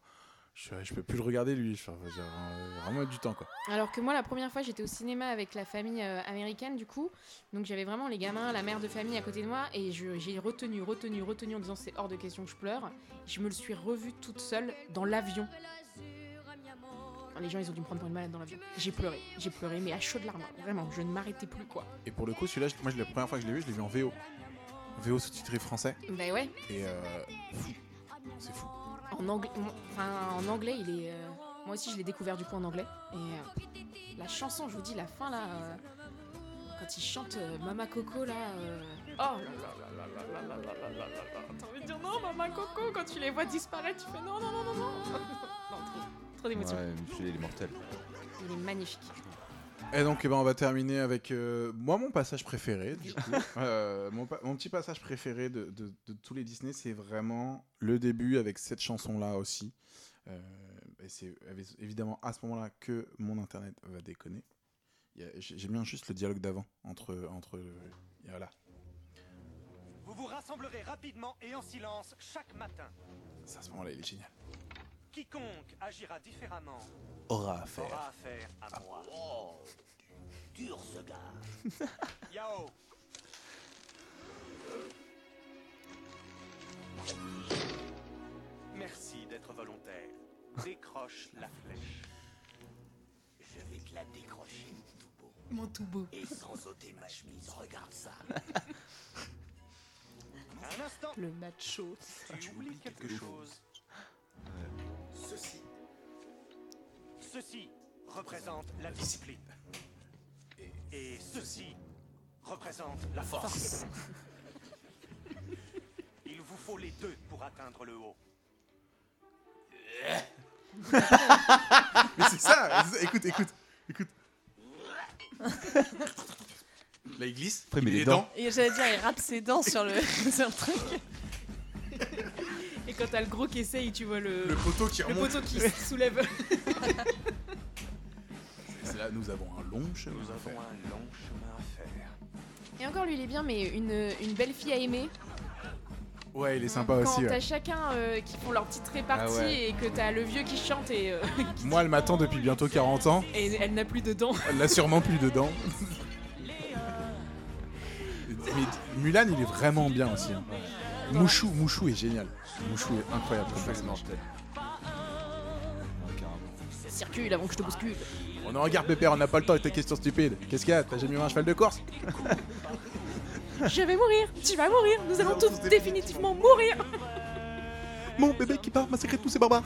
Je, je peux plus le regarder, lui. Enfin, j'ai vraiment du temps, quoi. Alors que moi, la première fois, j'étais au cinéma avec la famille euh, américaine, du coup. Donc j'avais vraiment les gamins, la mère de famille à côté de moi. Et je- j'ai retenu, retenu, retenu en disant c'est hors de question que je pleure. Je me le suis revue toute seule dans l'avion. Les gens, ils ont dû me prendre pour une malade dans l'avion. J'ai pleuré, j'ai pleuré, mais à chaudes larmes. Vraiment, je ne m'arrêtais plus, quoi. Et pour le coup, celui-là, je- moi, je- la première fois que je l'ai vu, je l'ai vu en VO. VO sous-titré français. Ben ouais, Et euh, fou. c'est fou. en anglais, enfin, en anglais il est... euh, moi aussi, je l'ai découvert, du coup, en anglais. Et euh, la chanson, je vous dis, la fin, là... euh, quand il chante euh, Mama Coco, là... euh, oh là là T'as envie de dire non, maman Coco, quand tu les vois disparaître, tu fais non, non, non, non, non. non trop trop Ouais, d'émotion. Michel, il est mortel. Il est magnifique. Et donc, eh ben, on va terminer avec euh, moi mon passage préféré. Du coup. Euh, mon, pa- mon petit passage préféré de, de- de tous les Disney, c'est vraiment le début avec cette chanson-là aussi. Euh, et c'est avec- évidemment à ce moment-là que mon internet va déconner. Il y a- J'ai j'ai bien juste le dialogue d'avant entre entre euh, et voilà. Vous vous rassemblerez rapidement et en silence chaque matin. Ça, à ce moment-là, il est génial. Quiconque agira différemment Aura à faire. aura affaire Ah. à moi. Oh, Dur ce gars. Yao Merci d'être volontaire. Décroche la flèche. Je vais te la décrocher, Mon mon tout beau. tout beau. Et sans ôter ma chemise, regarde ça. Un instant, Le macho. tu oublies quelque chose. Ceci. Ceci représente la discipline. Et ceci représente la force. Il vous faut les deux pour atteindre le haut. Mais c'est ça. c'est ça. Écoute, écoute, écoute. Là, il glisse. Après, mais il les est dents. dans. Et j'allais dire, il rate ses dents sur le, sur le truc. Et quand t'as le gros qui essaye, tu vois le, Le poteau qui le remonte. poteau qui se soulève. C'est là, nous avons un long chemin. à faire. un long chemin à faire. Et encore, lui, il est bien, mais une, une belle fille à aimer. Ouais, il est sympa Quand aussi. ouais. t'as chacun euh, qui font leur petite répartie Ah ouais. et que t'as le vieux qui chante et, euh, qui- Moi, elle m'attend depuis bientôt 40 ans. et elle n'a plus de dents. Elle l'a sûrement plus dedans. Mais Mulan, il est vraiment bien aussi. hein. Mouchou, Mouchou est génial. Mouchou est incroyable. comme personnage. Circule avant que je te bouscule. On en Oh regarde Pépère, on n'a pas le temps avec tes questions stupides. Qu'est-ce qu'il y a T'as jamais eu un cheval de course Je vais mourir, tu vas mourir, nous allons tous définitivement mourir. Mon bébé qui part massacrer tous ces barbares.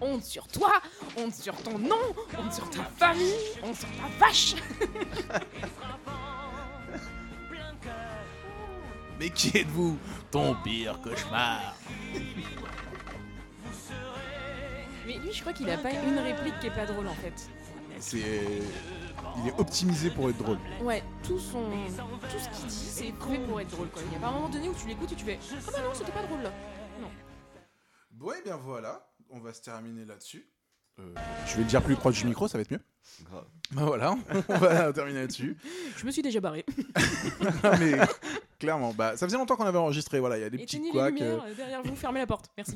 Honte sur toi, honte sur ton nom, honte sur ta famille, honte sur ta vache. Mais qui êtes-vous Ton pire cauchemar. Mais lui, je crois qu'il a pas une réplique qui est pas drôle en fait. C'est. Il est optimisé pour être drôle. Ouais, tout son, tout ce qu'il dit, c'est trouvé pour être drôle. Quoi. Il y a pas un moment donné où tu l'écoutes et tu fais ah bah non, c'était pas drôle. là. Bon, et bien voilà, on va se terminer là-dessus. Euh, je vais le dire plus proche du micro, ça va être mieux. Grave. Bah voilà, on va terminer là-dessus. Je me suis déjà barré. Non, mais clairement, bah, ça faisait longtemps qu'on avait enregistré. Voilà, il y a des petits Éteignez les couacs. euh, lumières euh, derrière vous, fermez la porte. Merci.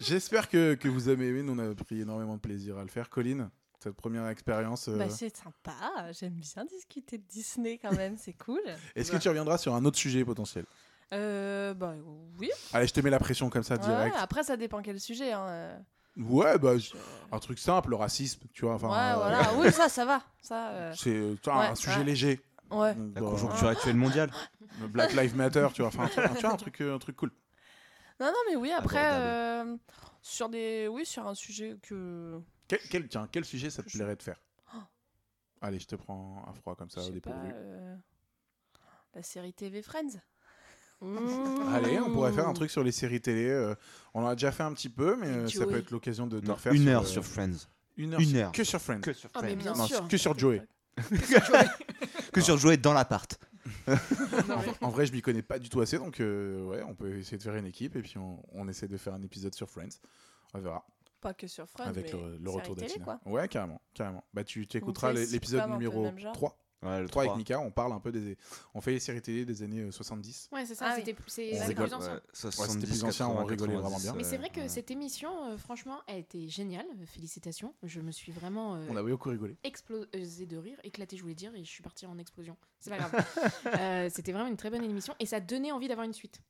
J'espère que, que vous avez aimé. Nous, on a pris énormément de plaisir à le faire. Colline, cette première expérience. euh, Bah, c'est sympa, j'aime bien discuter de Disney quand même, c'est cool. Est-ce que tu reviendras sur un autre sujet potentiel Euh, bah oui, Allez, je te mets la pression comme ça Ouais, direct. après ça dépend quel sujet. hein. Ouais, bah, je- un truc simple, le racisme, tu vois. Enfin, ouais, euh, voilà, oui, ça, ça va. Ça, euh, C'est euh, tu vois, un Ouais, sujet ouais. léger. ouais. Bah, La conjoncture actuelle mondiale. le Black Lives Matter, tu vois. Enfin, un truc- tu vois, un truc, euh, un truc cool. Non, non, mais oui, après, Abordable. euh, sur des, oui, sur un sujet que. Quel, quel- tiens, quel sujet ça te plairait de faire Oh. Allez, je te prends un froid comme ça je au sais pas, dépourvu. euh, la série TV Friends. euh. Allez, on pourrait faire un truc sur les séries télé. euh, on en a déjà fait un petit peu, mais euh, ça Joey. peut être l'occasion de, de Non, refaire. une heure sur euh, Friends. Une heure, Une sur- heure. Que sur Friends. Que sur Ah, mais bien Non, sûr. que sur Joey. Que sur Joey dans l'appart. En vrai, je m'y connais pas du tout assez, donc euh, ouais, on peut essayer de faire une équipe et puis on, on essaie de faire un épisode sur Friends. On verra Pas que sur Friends, avec mais le, le série retour télé, d'Atina. quoi. Ouais, carrément, carrément. Bah tu, tu écouteras Ou l'é- des l'épisode sitcoms un peu numéro même genre. 3, Ouais, le 3 avec 3. Mika, on parle un peu des on fait les séries télé des années euh, 70. Ouais, c'est Ah ça, oui. c'était plus- c'est hein. On c'est rigole. plus ancien. ouais, ça, c'était 70, plus ancien, on 80, rigolait vraiment 90, bien. Mais c'est vrai que ouais. cette émission, euh, franchement, a été géniale. Euh, Félicitations. Je me suis vraiment euh, On avait beaucoup rigolé. explosée euh, de rire, éclatée, je voulais dire, et je suis partie en explosion. C'est pas grave. Euh, C'était vraiment une très bonne émission et ça donnait envie d'avoir une suite.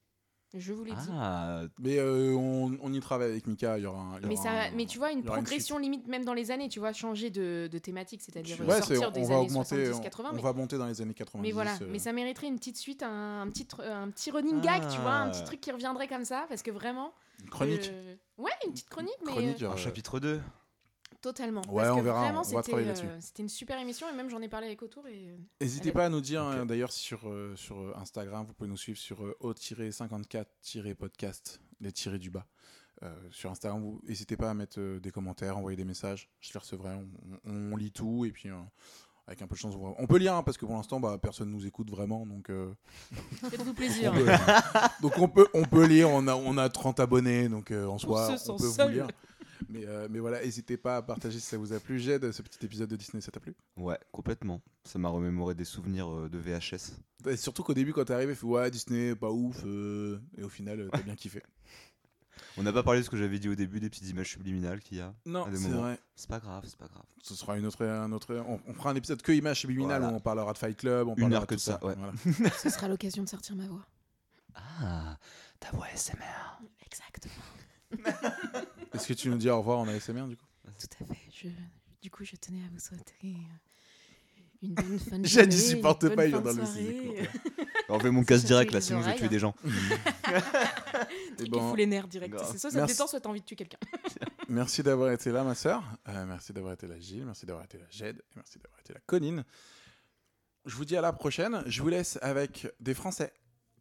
Je vous l'ai dit. Ah, Mais euh, on, on y travaille avec Mika, il y aura un il y Mais, aura ça, un- mais tu vois, une il y aura une progression limite, même dans les années, tu vois, changer de, de thématique, c'est-à-dire euh, Ouais, c'est- sortir on des va années augmenter, on, 70-80. on Mais, va monter dans les années 90. mais voilà, euh, mais ça mériterait une petite suite, un, un petit, tr- un petit running gag, tu vois, un petit truc qui reviendrait comme ça, parce que vraiment. une Ah. chronique. euh, Ouais, une petite chronique, mais. euh, chronique un euh, chapitre 2. Totalement. Ouais, on parce que verra, Vraiment, on va c'était, travailler euh, là-dessus. C'était une super émission et même j'en ai parlé avec Autour. Et... euh, N'hésitez Allez. pas à nous dire, euh, d'ailleurs, sur, euh, sur euh, Instagram, vous pouvez nous suivre sur euh, o-54-podcast, les tirés du bas. Euh, sur Instagram, vous n'hésitez pas à mettre euh, des commentaires, envoyer des messages. Je les recevrai, on, on- on lit tout et puis. euh, avec un peu de chance, on, voit- on peut lire hein, parce que pour l'instant, bah, personne nous écoute vraiment, donc euh, Faites-vous donc plaisir. on peut, donc on peut, on peut lire. On a, on a 30 abonnés, donc euh, en soi, se on, sent peut vous seul. lire. Mais, euh, mais voilà, n'hésitez pas à partager si ça vous a plu. Jed, ce petit épisode de Disney, ça t'a plu Ouais, complètement. Ça m'a remémoré des souvenirs euh, de VHS. Et surtout qu'au début, quand t'es arrivé, il fait ouais, Disney, pas ouf. euh, Et au final, euh, t'as bien kiffé. On n'a pas parlé de ce que j'avais dit au début, des petites images subliminales qu'il y a. Non, À des c'est moments. vrai. C'est pas grave, c'est pas grave. Ce sera une autre, un autre. On, on fera un épisode que images subliminales Voilà. où on parlera de Fight Club. On Une parlera heure que tout de ça, ouais. Voilà. Ce sera l'occasion de sortir ma voix. Ah, ta voix SMR. Exactement. Est-ce que tu nous dis au revoir en ASMR du coup Tout à fait. Je... Du coup, je tenais à vous souhaiter euh, une bonne fin de Jed, journée. il supporte une bonne pas, il fin vient de dans le ciseau, soirée, quoi. Alors fais mon casse Ça direct fait là, les sinon je vais oreilles, tuer des gens. euh, Eh Qui ben, fout les nerfs direct. grave. C'est soit ça te Merci. détend, soit t'as envie de tuer quelqu'un. Merci d'avoir été là, ma sœur. Euh, merci d'avoir été là, Gilles. Merci d'avoir été là, Jed. Et merci d'avoir été là, Conine. Je vous dis à la prochaine. Je vous laisse avec des Français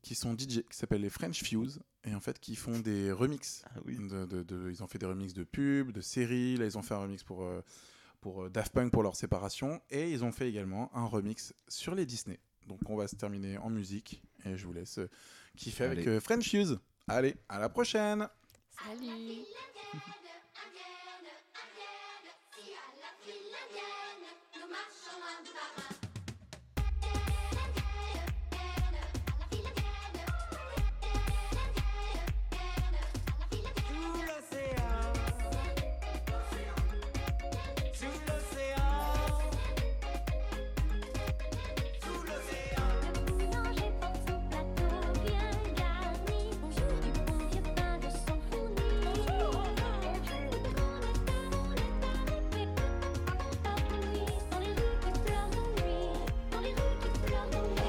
qui sont DJ, qui s'appellent les French Fuse, et en fait qui font des remixes. Ah De- de- de- ils ont fait des remixes de pubs, de séries. Là, ils ont fait un remix pour, euh, pour euh, Daft Punk pour leur séparation. Et ils ont fait également un remix sur les Disney. Donc, on va se terminer en musique. Et je vous laisse euh, qui fait avec Allez. euh, French Hughes. Allez, à la prochaine Salut Sous l'océan, sous l'océan, sous l'océan. Mélangé par son plateau bien garni. Bonjour du bon vieux pain de son fourni. Bonjour. Dans les rues qui pleurent d'ennui, dans les rues qui pleurent d'ennui.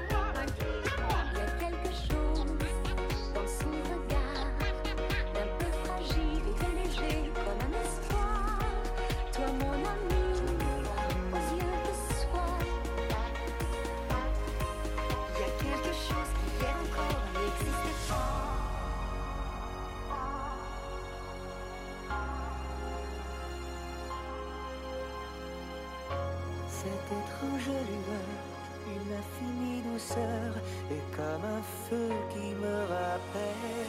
Il y a quelque chose dans son regard, d'un peu fragile et très léger comme un espoir. Toi, mon ami, aux yeux de soie. Il y a quelque chose qui hier encore n'existait pas. Cette étrange lueur, une infinie douceur, et comme un feu qui me rappelle